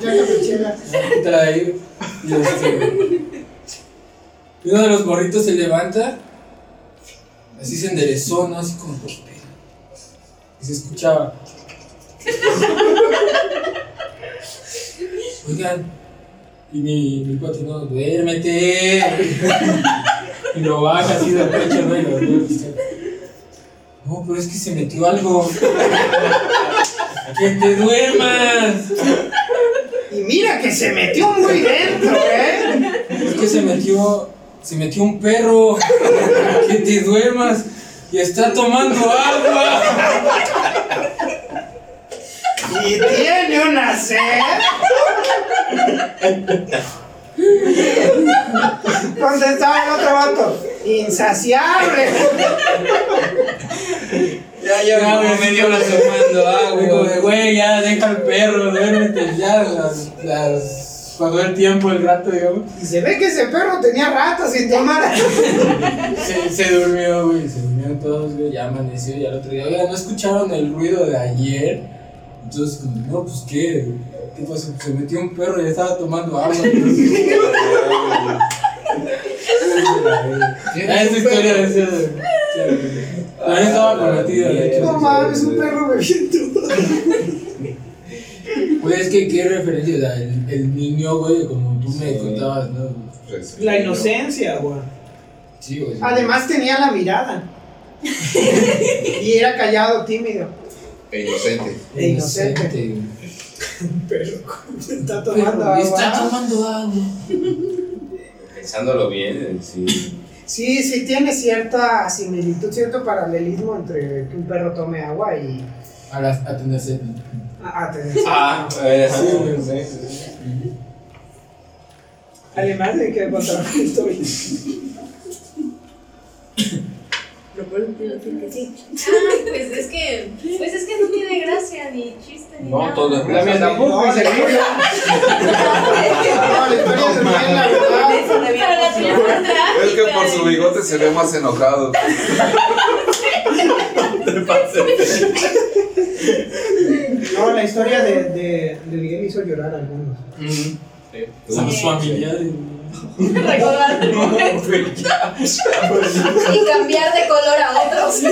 Quítala de ahí. Y este, y uno de los morritos se levanta, así se enderezó, ¿no? Así como por pedo. Y se escuchaba. Oigan, y mi, mi cuate, no, duérmete. Y lo baja así del pecho, ¿no? Y lo duerme. No, pero es que se metió algo. ¡Que te duermas!
Y mira que se metió muy dentro, ¿eh?
Es que se metió, se metió un perro. Que te duermas y está tomando agua.
Y tiene una sed. ¿Dónde estaba el otro vato? Insaciable.
Ya llevamos media hora tomando
Güey, como de,
agua.
güey, ya deja al perro, duérmete, ya, las, las, pasó el tiempo, el rato, digamos.
Y se ve que ese perro tenía rato sin [LAUGHS] tomar.
Se, se durmió, güey, se durmieron todos, güey, ya amaneció, ya el otro día, oiga, ¿no escucharon el ruido de ayer? Entonces, como, no, pues, ¿qué? ¿Qué pasó? Se metió un perro y estaba tomando
[LAUGHS]
agua. entonces- Ah, esa historia es También estaba prometida, de hecho.
Ah, No mames, un perro bebiendo.
Pues es que qué referencia, o sea, el, el niño, güey, como tú me
Sí.
contabas, ¿no?
Pues, eh,
La inocencia, güey.
Sí, güey.
Además tenía la [LAUGHS] mirada. y era callado, tímido.
E inocente.
e inocente.
güey.
Pero [LAUGHS] está tomando
Pero
agua.
está tomando agua.
Pensándolo bien, sí.
Sí, sí tiene cierta similitud, cierto paralelismo entre que un perro tome agua y
A, las, a tener sed.
a, a tener-
Ah, eh,
Sí, güey.
[LAUGHS] Además de que contra estoy.
Lo puedo decir que sí. Ah, pues es que, pues es que no tiene gracia ni chiste ni nada.
No, todo es
La mía tampoco
No,
y se
la
ríe.
No, la historia se ríe, la verdad.
[LAUGHS] Pero la tuya fue trágica.
Es que por su bigote se ve más enojado.
No, la historia de, de, de Miguel hizo llorar a algunos.
Son los familiares.
Recordar el momento. Y cambiar de color a otros.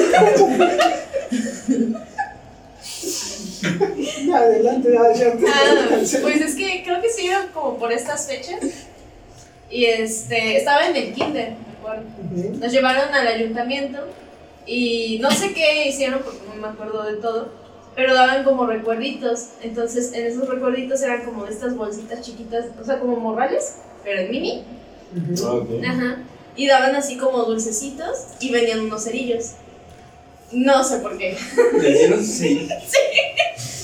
Adelante, adelante.
Ah, pues es que creo que sí era como por estas fechas. Y este, estaba en el kinder, me acuerdo.
Ujú.
Nos llevaron al ayuntamiento y no sé qué hicieron porque no me acuerdo de todo, pero daban como recuerditos. Entonces, en esos recuerditos eran como de estas bolsitas chiquitas, o sea, como morrales, pero en mini.
Ujú.
Ajá. Y daban así como dulcecitos y venían unos cerillos. No sé por qué.
Le hicieron sí.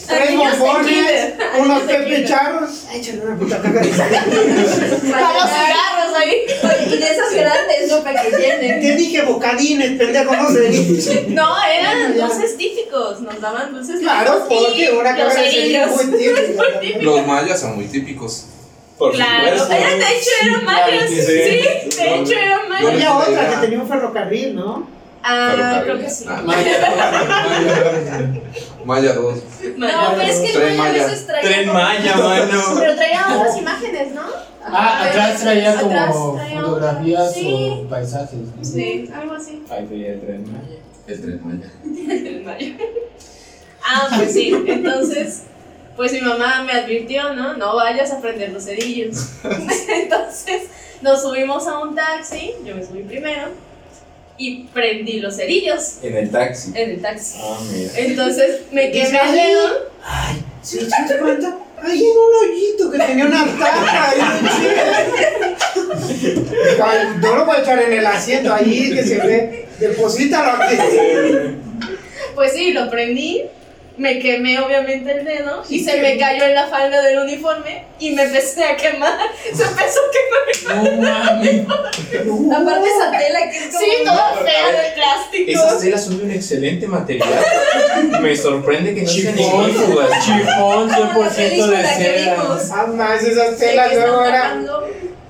A
Tres
niños de
mojones,
kinder, a
unos
niños de
pepe
kinder.
charros. Ay, échale una puta caca de sal.
Para los cigarros ahí. Oye, y de esas grandes, no para que llenen.
Te dije bocadines, pendejo, no se
[LAUGHS]
dice.
No, eran dulces típicos. Nos daban dulces
Claro,
típicos.
porque
y
una
los
caca de cerillo
cerillos.
muy tierna.
Los mayas son muy típicos.
Por
Claro,
supuesto.
eran- de hecho eran mayas. Sí,
sí.
de hecho eran mayas.
Había otra que tenía un ferrocarril, ¿no?
Ah, creo que sí.
Ah,
Maya.
Maya 2.
No, pero pues es que
Tren
el maya a
Maya.
veces traía.
Tren
como- [LAUGHS]
Maya, mano.
Pero traía otras imágenes, ¿no?
[LAUGHS] Ah, atrás traía
Atrás
como
traía otra.
fotografías
Sí,
o paisajes. ¿no?
sí, algo así.
Ahí te el tren Maya.
El tren Maya.
del mayo. [LAUGHS] Ah, pues sí, entonces, pues mi mamá me advirtió, ¿no? No vayas a prender los cerillos. [LAUGHS] Entonces nos subimos a un taxi, yo me subí primero, y prendí los cerillos
En el taxi.
en el taxi.
Ah, mira.
Entonces me quemé el
sale?
dedo.
Sí, sí, te cuenta. Ahí en un hoyito que tenía una tapa. ahí, No lo puedo echar en el asiento ahí que se ve. Deposítalo aquí.
Pues sí, lo prendí. Me quemé obviamente el dedo y se me cayó en la falda del uniforme y me empecé a quemar. [LAUGHS] Se empezó a
No mames.
quemar. Aparte esa tela que es como... Uh. Sí, toda fea de plástico.
Esas telas son de un excelente material. Me sorprende que no sean
Chifón,
ignífugas.
chifón,
Como la
100% de
película que
cera.
vimos.
Además, Ah, esas
de
telas
que están
luego eran.
tapando,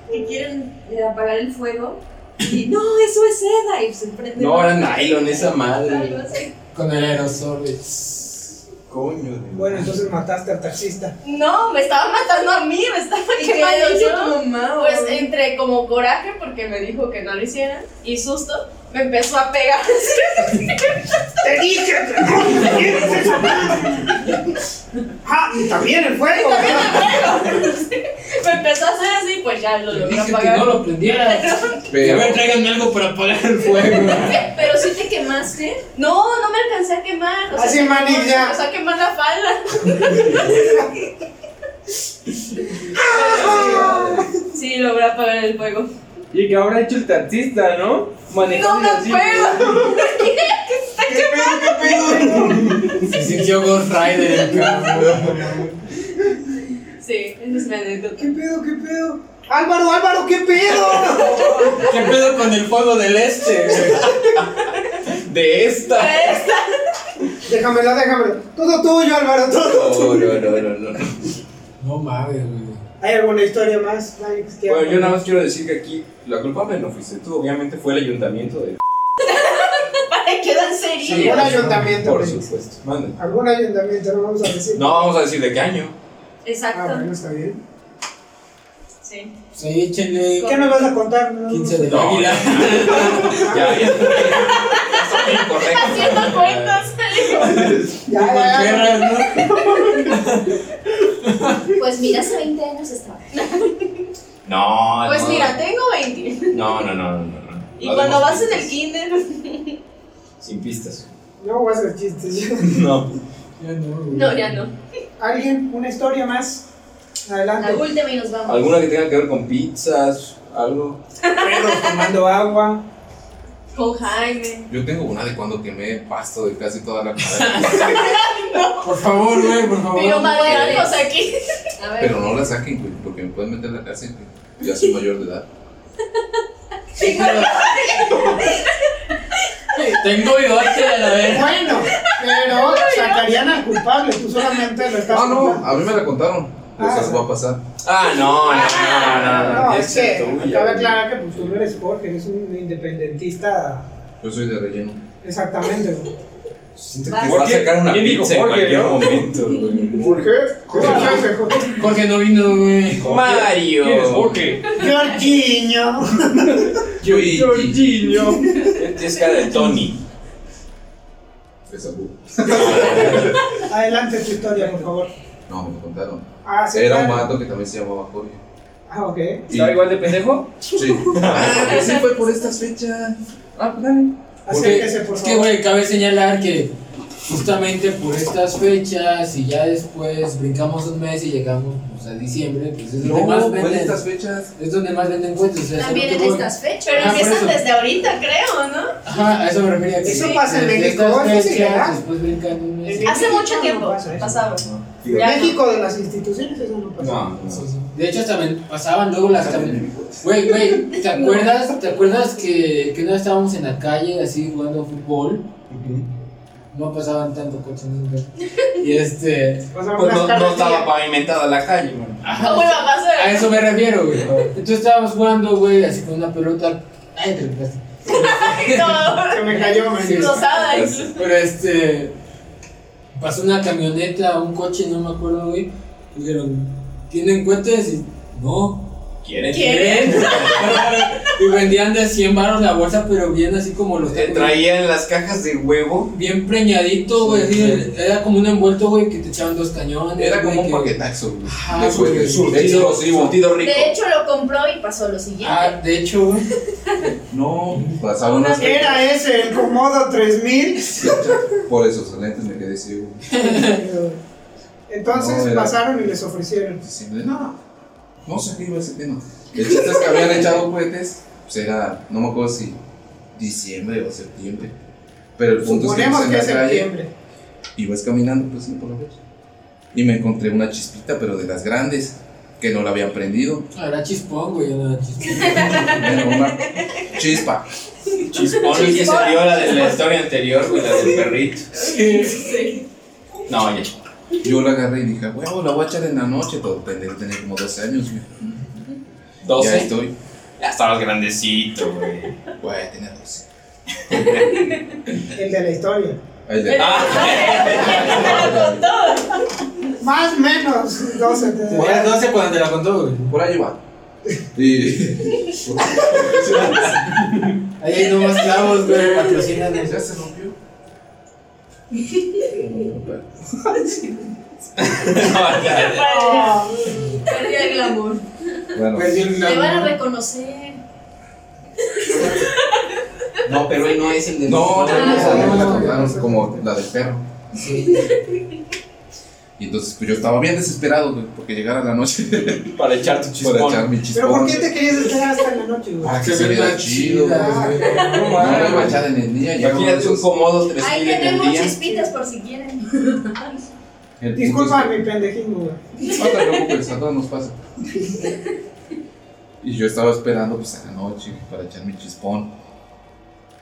que quieren eh, apagar el fuego y no, eso es seda y se prende.
No, era nylon esa
Algo
madre.
así.
Con el aerosol. güey.
Coño de
Bueno, entonces mataste al taxista.
No, me estaba matando a mí, me estaba quemando yo.
mamá?
Pues entre como coraje porque me dijo que no lo hiciera y susto, me empezó a pegar. [LAUGHS]
¡Te dije! ¿Quieres esa madre? ¡Ah! Y también el fuego! ¿verdad?
[LAUGHS] me empezó a hacer así, pues ya lo
Le
logré
dije que no
apagar.
lo prendieras. A
Pero
ver, tráiganme algo para apagar el fuego.
[LAUGHS] Pero si te quemaste. No, no me alcancé a quemar. O sea,
Así,
se me
manis, Ah,
alcanzó-
ya.
Me empezó a quemar la
[LAUGHS]
falda. Sí, logré apagar el fuego.
Y que habrá hecho el taxista, ¿no?
No me
Manejando así.
acuerdo.
Se sintió Ghost Rider el cabrón.
Sí, esa es mi anécdota.
¿Qué pedo? ¿Qué pedo? Álvaro, Álvaro, ¿qué pedo?
¿Qué pedo con el fuego del este?
De esta.
déjamelo, déjamelo. Todo tuyo, Álvaro,
No,
todo.
no, no, no, no.
No mames, güey.
¿Hay alguna historia más, Alex? que-
Bueno, yo nada más quiero decir que aquí la culpable no fuiste tú, obviamente fue el ayuntamiento de.
Para que dan cerillos.
Algún ayuntamiento.
Por
güey.
supuesto. Mande.
Algún ayuntamiento, no vamos a decir.
No vamos a decir de qué año.
Ah, bueno,
Exacto.
está bien.
Sí.
Pues ahí échenle
¿Qué nos vas a contar? No,
15 de
No.
águila.
Ya, ya. Ya son incorrectos.
Haciendo cuentas.
Ya,
Con
ya, ya.
guerras, ¿no?
Pues mira, hace 20 años estaba.
Ah,
No,
Pues
no.
mira, tengo 20.
No, no, no, no, no, no.
Y
No
cuando
demos
vas en el
pistas.
kinder.
Sin pistas.
No voy a hacer chistes. [LAUGHS]
No.
Ya no, güey.
No, ya no.
¿Alguien? ¿Una historia más?
La
Adelante.
última y nos vamos.
¿Alguna que tenga que ver con pizzas? ¿Algo?
Perros tomando agua.
Con Jaime.
Yo tengo una de cuando quemé pasto de casi toda la cara,
[LAUGHS]
Por favor, güey, por
Pero
favor.
madrearnos aquí. A ver.
pero no la saquen, güey, porque me pueden meter en la cárcel. güey. Ya soy mayor de edad.
Tengo bigote a la vez.
Bueno, pero sacarían al culpable. Tú solamente lo estás
Ah, no,
contando.
a mí me la contaron.
Ah.
Pues se las voy a pasar.
Ah, no,
Ah,
no, no, no, no.
No, es que
tuya,
cabe
güey.
aclarar que pues, tú no eres Jorge, eres un independentista.
Yo soy de relleno.
Exactamente. güey.
Siento
Vas.
que va a sacar una
¿Quién dijo
pizza en
Jorge,
cualquier
no?
momento, güey.
¿Por qué? Jorge.
Jorge no vino, güey.
Mario.
¿Quién es Jorge?
Jorginho.
Luigi.
Jorginho.
Tienes cara de Tony.
Esa bu-
Adelante tu historia, por favor.
No, me contaron.
Ah, sí,
Era un
claro.
vato que también se llamaba Jorge.
Ah, ok.
Y-
¿Estaba igual de pendejo?
Sí. Ah, pues sí fue por estas fechas.
Ah, pues dale.
Porque
Acérquese, por
es que,
favor.
güey, cabe señalar que justamente por estas fechas y ya después brincamos un mes y llegamos pues, a diciembre, pues es donde más
No, fue en
venden.
estas fechas.
Es donde más venden cuentos. o sea, es a lo
También
que
en
voy.
estas fechas. Pero
Ah, por
empiezan
eso.
desde ahorita, creo, ¿no?
Ajá, a eso me refería. que
Eso
desde
pasa en México,
estas
eso es
fechas,
ilegal.
después brincan un mes.
En
Hace
México
mucho
no
tiempo
pasa eso.
pasaba.
Digo,
Ya no.
México de las instituciones, eso no pasa.
No,
Sí,
no.
sí. De hecho, hasta ven- pasaban luego las cam- Güey, güey,
[LAUGHS]
¿te acuerdas, ¿te acuerdas que, que no estábamos en la calle así jugando fútbol? No pasaban tanto coches nunca. [LAUGHS] Y este.
Pues
Pasaban
no,
unas
no
carretillas.
estaba pavimentada la calle, man.
ajá,
¿Cómo iba a
A
pasar?
eso me refiero, güey. Entonces estábamos jugando, güey, así con una pelota. Ay, te lo pasaste.
Se me cayó, me
Sí.
Rosada incluso.
Pero este. Pasó una camioneta, un coche, no me acuerdo, güey. y Dijeron, ¿tienen cohetes? Y no.
¿Quieren?
¿Quieren?
[LAUGHS] y vendían de 100 baros la bolsa, pero bien así como los
Te traían las cajas de huevo.
Bien preñadito, güey. así, Era como un envuelto, güey, que te echaban dos cañones.
Era como
güey,
un
que-
paquetazo, güey.
Ah,
De
güey.
huevos,
Surtido,
explosivo. Surtido rico.
De hecho, lo compró y pasó lo siguiente.
Ah, de hecho, güey.
No, pasaba unas fechas.
Era ese, el Comodo
[LAUGHS]
3000.
Por esos lentes me quedé ciego.
Entonces
No, era-
pasaron y les ofrecieron.
Diciendo, no, no sé qué iba ese tema. El chiste es que habían echado cohetes. Pues era, no me acuerdo si diciembre o septiembre. Pero el punto
Suponemos
es que,
que es
pues, en la calle
septiembre.
ibas caminando, pues sí, por la noche. Y me encontré una chispita, pero de las grandes, que no la habían prendido.
Era chispón, güey. Era chispón.
Era una chispa.
Chispón el que
Chispón.
salió la de la historia anterior, güey, la del perrito. No, ya.
Yo la agarré y dije, "Ah, huevo, la voy a echar en la noche. Todo pendejo, tenía como 12 años, güey. Ya
12.
estoy.
Ya estabas grandecito, güey.
Güey, tenía 12.
El de la historia.
Ahí le-
Más menos 12. te digo.
Era 12 cuando te la contó, güey.
Por ahí va. Y
Ahí hay nomás clavos, güey. Patrocínanos.
ya se rompió.
No, ya, ya.
Perdí el glamour.
Bueno,
Pues,
Me van a reconocer.
No, pero él no es el de
no, no,
nosotros.
no, esa no me la contaron
no.
como la del perro.
Sí.
Y entonces, pues yo estaba bien desesperado, güey, porque llegara la noche
Para echar tu chispón.
[LAUGHS] para echar mi
Pero
chispón.
¿por qué te querías esperar hasta la noche, güey? Ah,
Para que se vea chido, Ah, pues, güey.
chidas, güey.
No, la iba a echar en el día. ya
Imagínate un comodo 3000
Ahí
en el
tenemos
día.
chispitas por si quieren.
El punto
Disculpa mi pendejismo, güey.
pues, es- No te preocupes, a todos nos pasa. Y yo estaba esperando pues en la noche para echar mi chispón.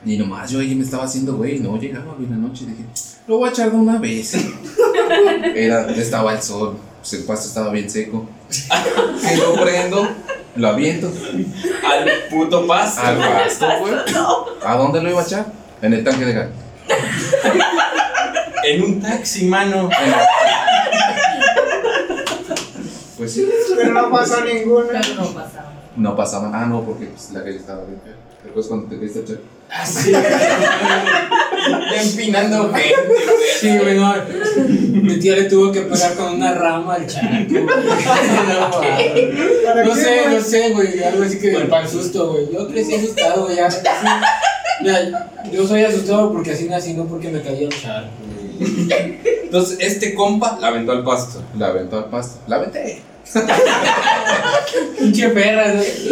Y nomás yo ahí me estaba haciendo güey, no llegaba bien la noche. Dije, lo voy a echar de una vez. Era, estaba el sol, pues, el pasto estaba bien seco. Que lo prendo, lo aviento
Al puto pasto.
al pasto, güey. ¿A dónde lo iba a echar? En el tanque de gas.
En un taxi, mano.
En el- Pues sí.
Pero no pasó ninguna.
Pero no pasaba.
No pasaba. Ah, no, porque pues, la calle estaba bien fea. Pero pues cuando te fuiste a echar.
Así.
Empinando gente.
Sí, güey, no. Mi tía le tuvo que pegar con una rama al chanco. güey. No, güey.
¿Para
No
qué,
sé,
güey?
no sé, güey, algo así que para el susto, güey. Yo crecí asustado, güey, ya. así- Mira, yo soy asustado porque así nací, no porque me caía un charco. güey.
Entonces, este compa la aventó al pasto.
La aventó al pasto. La aventé.
Pinche perra, ¿no?
Sí,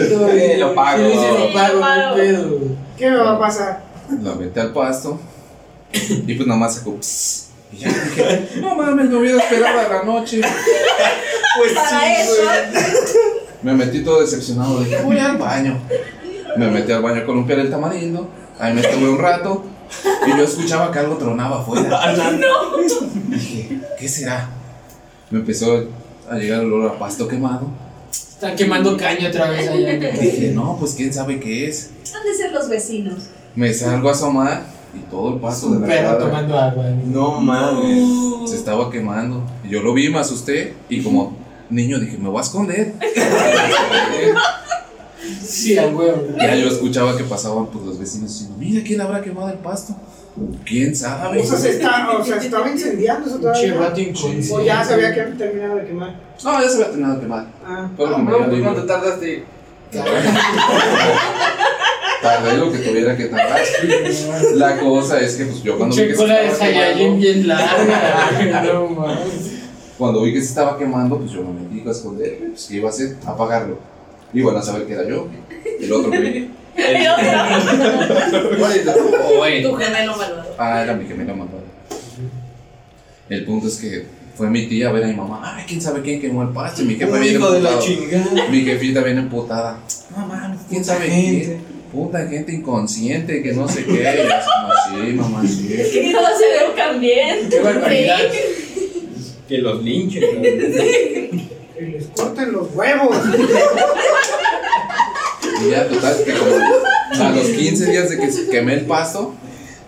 lo pago.
Sí, sí, lo
Sí,
pago,
lo
no hay
pago.
pedo, güey.
¿Qué me va a pasar?
La aventé al pasto. Y pues nomás sacó. "Pss". Y ya dije, no mames, me hubiera esperado a la noche.
Pues
Para eso,
Me metí todo decepcionado. Dije, voy al baño. Me metí al baño a columpiar el tamarindo. Ahí me estuve un rato. Y yo escuchaba que algo tronaba afuera. Dije, ¿qué será? Me empezó a llegar el olor a pasto quemado.
Están quemando caña otra vez allá.
Dije,
güey.
no, pues quién sabe qué es.
Han de ser los vecinos.
Me salgo a asomar y todo el pasto de
Un
la
perro
cuadra
tomando agua. güey.
No mames.
se estaba quemando. Y yo lo vi, me asusté. Y como niño dije, me voy a esconder.
Sí, al huevo.
Ya yo escuchaba que pasaban pues, los vecinos diciendo, mira quién habrá quemado el pasto. ¿Quién sabe?
O sea, se, está, o sea, se estaba incendiando eso
Pinche
todavía.
rato inconsciente.
O ya sabía que había terminado de quemar.
No, ya se había terminado de quemar.
Ah.
Pero
No,
como
bro,
ya
¿por
digo,
cuánto tardaste?
Tardé lo que tuviera que tardar. La cosa es que pues, yo cuando vi que,
Pinche
se
cola de
estaba
Saiyajin
quemando,
bien larga. güey, No mames.
cuando vi que se estaba quemando, pues yo me metí a esconder. Pues, ¿Qué iba a hacer? Apagarlo. Y van a saber que era yo. El
[LAUGHS]
otro güey.
y otro, Oh,
Oye.
tu gemelo malvado.
Ah, era mi gemela malvada. El punto es que fue mi tía a ver a mi mamá. Ay, quién sabe quién quemó el pasto. Y mi jefe
Un
viene
hijo de la
emputado.
chingada.
Mi jefita viene emputada. No mames, quién sabe
gente.
quién. Puta gente inconsciente que no sé qué. Y yo así, "Mamá, sí, mamá, sí.
Que no se educan bien.
Qué barbaridad.
Que los linchen. ¿no?
Que les corten los huevos.
Y ya, total, que como a los 15 días de que se quemé el pasto,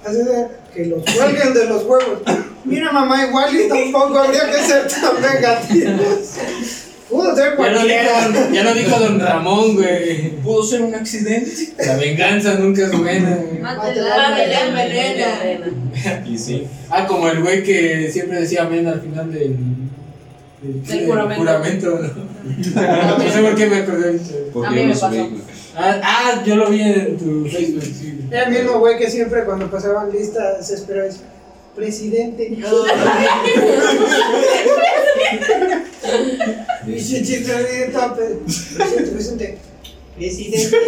Así de que los cuelguen de los huevos. Mira, mamá, igual y tampoco habría que ser tan negativos. Pudo ser
Ya no
cualquiera.
dijo- Ya no dijo Don Ramón, güey.
Pudo ser un accidente.
La venganza nunca es buena. güey.
[LAUGHS] Mátela, envenena.
Y sí.
Ah, como el güey que siempre decía amén al final del. del-
Del juramento. Ah,
¿no? no sé por qué me acordé. de eso.
A
porque
mí
yo
me
no subí.
pasó.
güey.
Ah, ah, yo lo vi en tu Facebook, sí. güey.
Era el mismo güey que siempre cuando pasaban lista se esperaba eso. Presidente.
Ah.
[LAUGHS] Y si chiste de tope. Presidente, presidente. Presidente.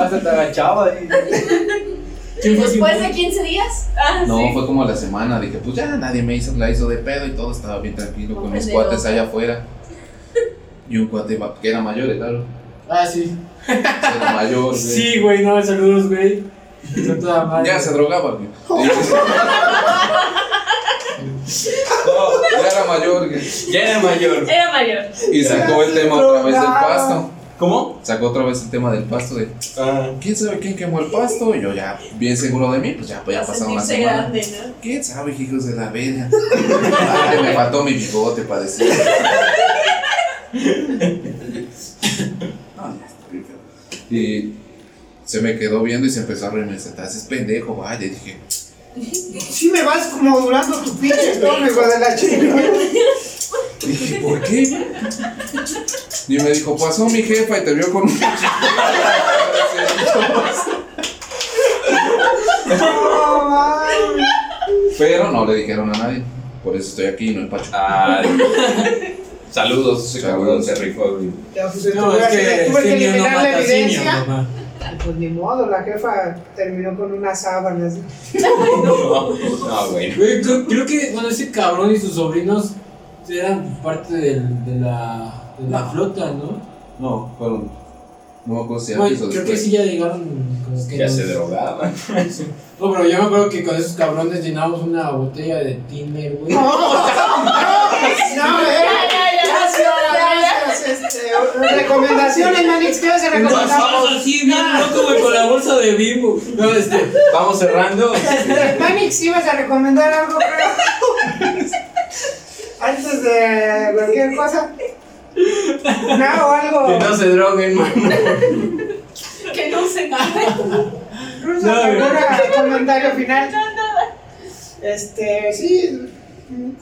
Hasta te agachaba
[LAUGHS]
ahí.
¿Quién fue
Después
quien-
de 15 días. Ah,
No,
sí.
fue como la semana. Dije, pues ya nadie me hizo, la hizo de pedo y todo estaba bien tranquilo con mis
Hombre de
cuates
loco.
allá afuera. Y un cuate va- que era mayor, claro.
Ah, sí.
Era mayor. güey.
Sí, güey, no, saludos, güey. Son toda madre.
Ya se
[LAUGHS]
drogaba, güey.
Oh.
No, Oh, ya era mayor, güey.
Ya era mayor.
Era mayor.
Y sacó el tema otra vez del pasto.
¿Cómo?
Sacó otra vez el tema del pasto de
Ah,
quién sabe quién quemó el pasto. Y yo ya, bien seguro de mí, pues ya, pues ya
Para
pasaron una
sentirse
semana.
grande, ¿no?
¿Quién sabe, hijos de la verga? Ah, que [LAUGHS] me faltó mi bigote para decir. No, ya está bien, cabrón. Y se me quedó viendo y se empezó a reír. Me dice, "Estás es pendejo, vaya. Y dije,
Si me vas como durando tu
[LAUGHS]
pinche estómago de la chingada.
dije, ¿por qué? Y me dijo, pasó mi jefa y te vio con un [LAUGHS]
No mames.
Pero no le dijeron a nadie. Por eso estoy aquí, no en Pachuca.
Ah,
ay. Saludos, ese cabrón
Saludos.
se rifó, güey.
Ya, pues, entonces,
No, es que
tuve que
simio
eliminar
no
la
mata simio,
evidencia.
mamá.
Ah, Pues ni modo, la jefa terminó con unas [LAUGHS] sábanas.
No, no, güey.
Güey, creo, creo que, bueno, ese cabrón y sus sobrinos eran parte del- de la, de la flota, ¿no?
No, fueron. No me acuerdo si
Bueno,
antes o
creo que
después.
sí ya llegaron con los que
Ya
nos-
se drogaban.
No, pero yo me acuerdo que con esos cabrones llenamos una botella de Tinder, güey. [LAUGHS]
No, eh. Gracias, gracias. Este, recomendaciones, Manix, ¿qué vas a recomendar?
así, bien loco, güey, con la bolsa de bimbo. No, este,
Vamos cerrando.
Manix, ibas a recomendar algo, creo.
[LAUGHS]
Antes de cualquier cosa. No, o
Que
algo.
no se droguen, mano.
Que no se nada.
Ruso, ¿algún comentario final? Este, sí.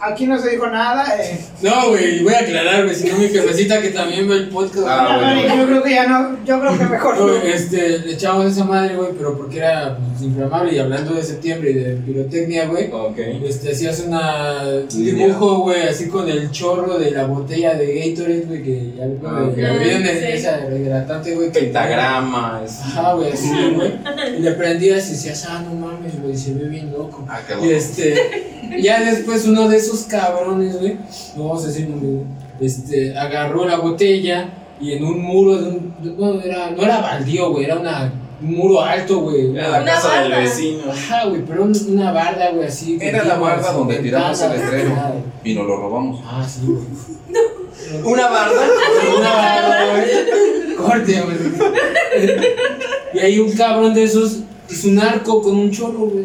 Aquí no se dijo nada. Eh.
no, güey, voy a aclarar, güey, si no mi jefecita que también ve el podcast.
Ah,
No,
bueno.
Manix, yo creo que ya no. Yo creo que
Ah,
mejor.
[LAUGHS] No,
no.
güey, este, le echamos esa madre, güey, pero porque era pues, inflamable y hablando de septiembre y de pirotecnia, güey.
Ok.
Este, hacías una, un dibujo, güey, así con el chorro de la botella de Gatorade, güey, que ya
Ah,
cuando
ok.
la bebían
Sí.
esa deshidratante, güey. que-
Pentagramas.
Ajá, güey, así, güey. Y le prendías y decías, ah, no mames, güey, se ve bien loco.
Ah, qué
Y
loco.
este, ya después uno de esos cabrones, güey, no vamos a decir nombre, güey, este, agarró la botella y en un muro de un, de- bueno, era, no era baldío, güey, era una, un muro alto, güey.
Era la
Una
casa del
barda.
vecino.
Ajá, güey, pero un- una barda, güey, así.
Era
con
la
tiendas,
barda
sin
donde tiramos
ventanas,
el letrero.
nada, güey.
Y nos lo robamos.
Ah, sí, güey.
Una barda.
Una barda, güey. Corte, güey. Y hay un cabrón de esos, es un arco con un chorro, güey.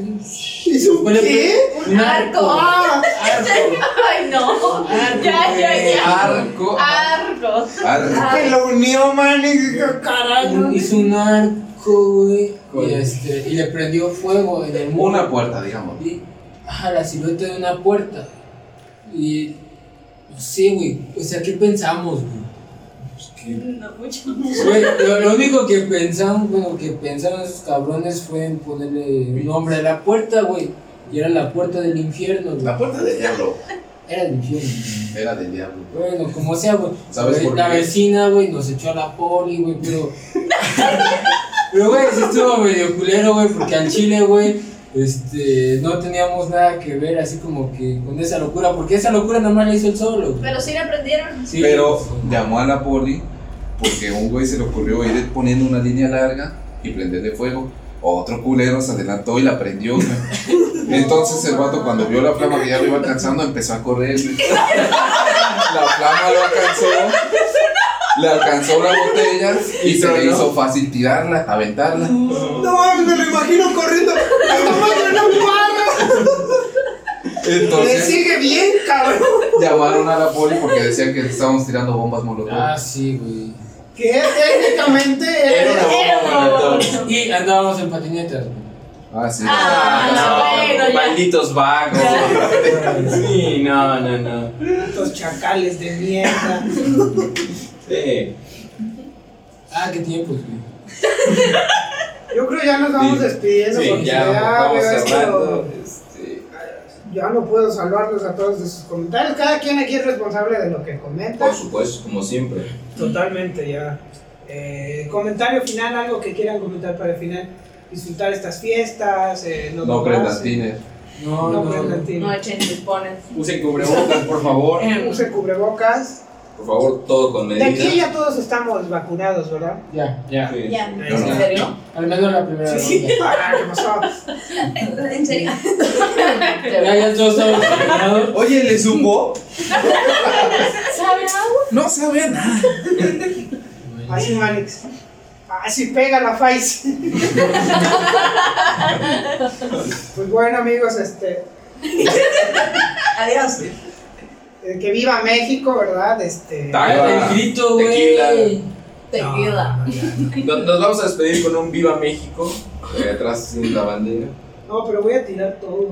¿Es un
qué?
Un arco.
Ah,
Arco.
Ay, no.
Arco,
Ya, ya,
güey.
ya.
Arco.
Arco.
Arco.
que lo unió Manix. dijo,
Ah.
Carajo.
Un- Hizo un arco, güey.
Con-
Y, este, y le prendió fuego en el muro.
Una puerta, digamos.
Y, ajá, la silueta de una puerta. Y. No sé, güey. O sea, ¿qué pensamos, güey? Pues que
No mucho.
Güey, lo, lo único que pensaron, bueno, que pensaron esos cabrones fue en ponerle un nombre a la puerta, güey. Y era la puerta del infierno, güey.
La puerta del diablo.
Era el infierno.
Era del diablo.
Bueno, como sea, güey.
¿Sabes
Güey,
por
La
qué?
vecina, güey, nos echó a la poli, güey, pero. pero, güey, sí estuvo medio culero, güey, porque al chile, güey, este, no teníamos nada que ver así como que con esa locura, porque esa locura nada más la hizo el solo, güey.
Pero sí le aprendieron.
Sí,
Pero
sí.
llamó a la poli porque un güey se le ocurrió ir poniendo una línea larga y prenderle fuego. Otro culero se adelantó y la prendió.
[LAUGHS]
güey. Entonces el vato cuando vio la flama que ya lo iba alcanzando empezó a correr. güey. La flama lo alcanzó. Le alcanzó la botella y se le hizo fácil tirarla, aventarla.
No mames, me lo imagino corriendo. Esta madre no para. Le
Entonces
sigue bien, cabrón.
llamaron a la poli porque decían que estábamos tirando bombas molotov.
Ah, sí, güey.
Que técnicamente
Era
era.
una bomba, entonces.
Y andábamos en patinetas, güey.
Ah, sí.
Ah,
Ah,
bueno, ya.
Malditos vagos. Sí, no, no, no.
Estos chacales de mierda.
Sí.
Ah, qué tiempos, güey.
Yo creo ya nos vamos
Sí.
despidiendo
Sí,
porque
ya
ya,
vamos
veo esto-
cerrando. Este,
ya no puedo salvarlos a todos de sus comentarios. Cada quien aquí es responsable de lo que comenta.
por supuesto, como siempre.
Totalmente, ya. Eh, comentario final, algo que quieran comentar para el final. Disfrutar estas fiestas. eh,
No prendas
drogarse.
tiner.
No,
No
no.
prendan tiner.
No echen dispones.
Usen cubrebocas, por favor.
Use cubrebocas.
Por favor, todo con
De aquí
medida.
ya todos estamos vacunados, ¿verdad?
Ya.
Ya.
Sí.
Ya.
Ahí
está.
¿En serio?
Al menos la primera
Sí,
ronda.
sí.
[LAUGHS]
Ah, ¿Qué pasó?
¿En
[LAUGHS]
serio?
Ya, ya todos estamos terminados.
Oye, ¿le supo?
¿Sabe algo?
No sabe nada.
Así, Manix. Así Ah, pega la face. pues bueno, amigos, este.
Adiós.
eh, Que viva México, ¿verdad? Este.
Ah, el grito, güey.
Tequila.
Tequila.
Nos, nos vamos a despedir con un Viva México. eh, atrás en la bandera.
No, pero voy a tirar todo.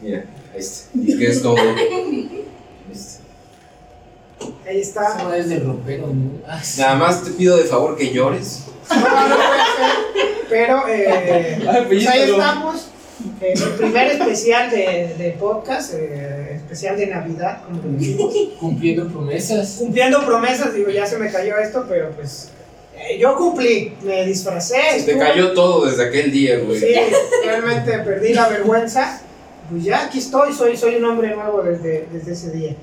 Mira, ahí está.
Y que es todo.
ahí está.
Ahí está.
Esa es de ropero, ¿no? Ah,
[LAUGHS]
sí.
Nada más te pido de favor que llores.
No, no voy a hacer, Pero eh, pues ahí estamos. Eh, el primer especial de, de podcast, eh, especial de Navidad, como lo decimos.
Cumpliendo promesas.
Cumpliendo promesas, digo, ya se me cayó esto, pero pues eh, yo cumplí, me disfracé.
Se te
estuve-
cayó todo desde aquel día, güey.
Sí, realmente perdí la vergüenza. pues ya aquí estoy, soy, soy un hombre nuevo desde, desde ese día.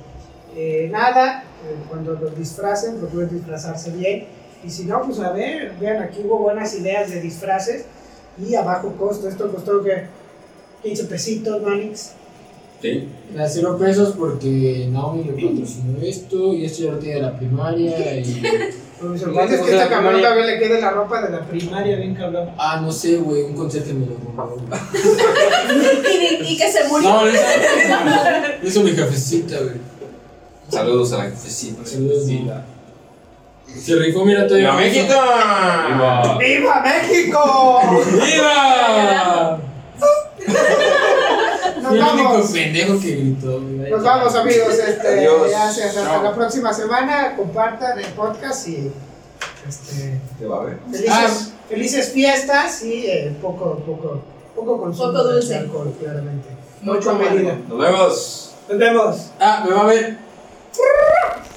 Eh, nada, eh, cuando los disfracen, procuren disfrazarse bien. Y si no, pues a ver, vean, aquí hubo buenas ideas de disfraces y a bajo costo. Esto costó que 15 pesitos, Manix.
Sí.
A cero pesos porque Naomi le patrocinó esto y esto ya lo tiene de la primaria [LAUGHS] y...
Pero Pues, me sorprende es que esta cabrón todavía le quede la ropa de la primaria, bien cabrón.
Ah, no sé, güey, un conserje me lo compró. güey.
y, y que se murió.
No, eso, eso mi jefecita, güey.
Saludos a la
Jefecita, saludos. güey. Se rifó, mira, todavía...
¡Viva México! Ah.
Viva.
¡Viva México!
¡Viva! Fui
Nos
el único
vamos.
pendejo que gritó, güey.
Nos vamos amigos, este,
Adiós.
gracias, hasta
Chao.
la próxima semana, compartan el podcast y este,
Ah.
Te va a ver.
felices, felices fiestas y eh, poco, poco, poco consumo
Poco
de
dulce.
alcohol, claramente.
Mucho
Con medida.
Nos vemos.
Nos vemos.
Ah, me va a ver.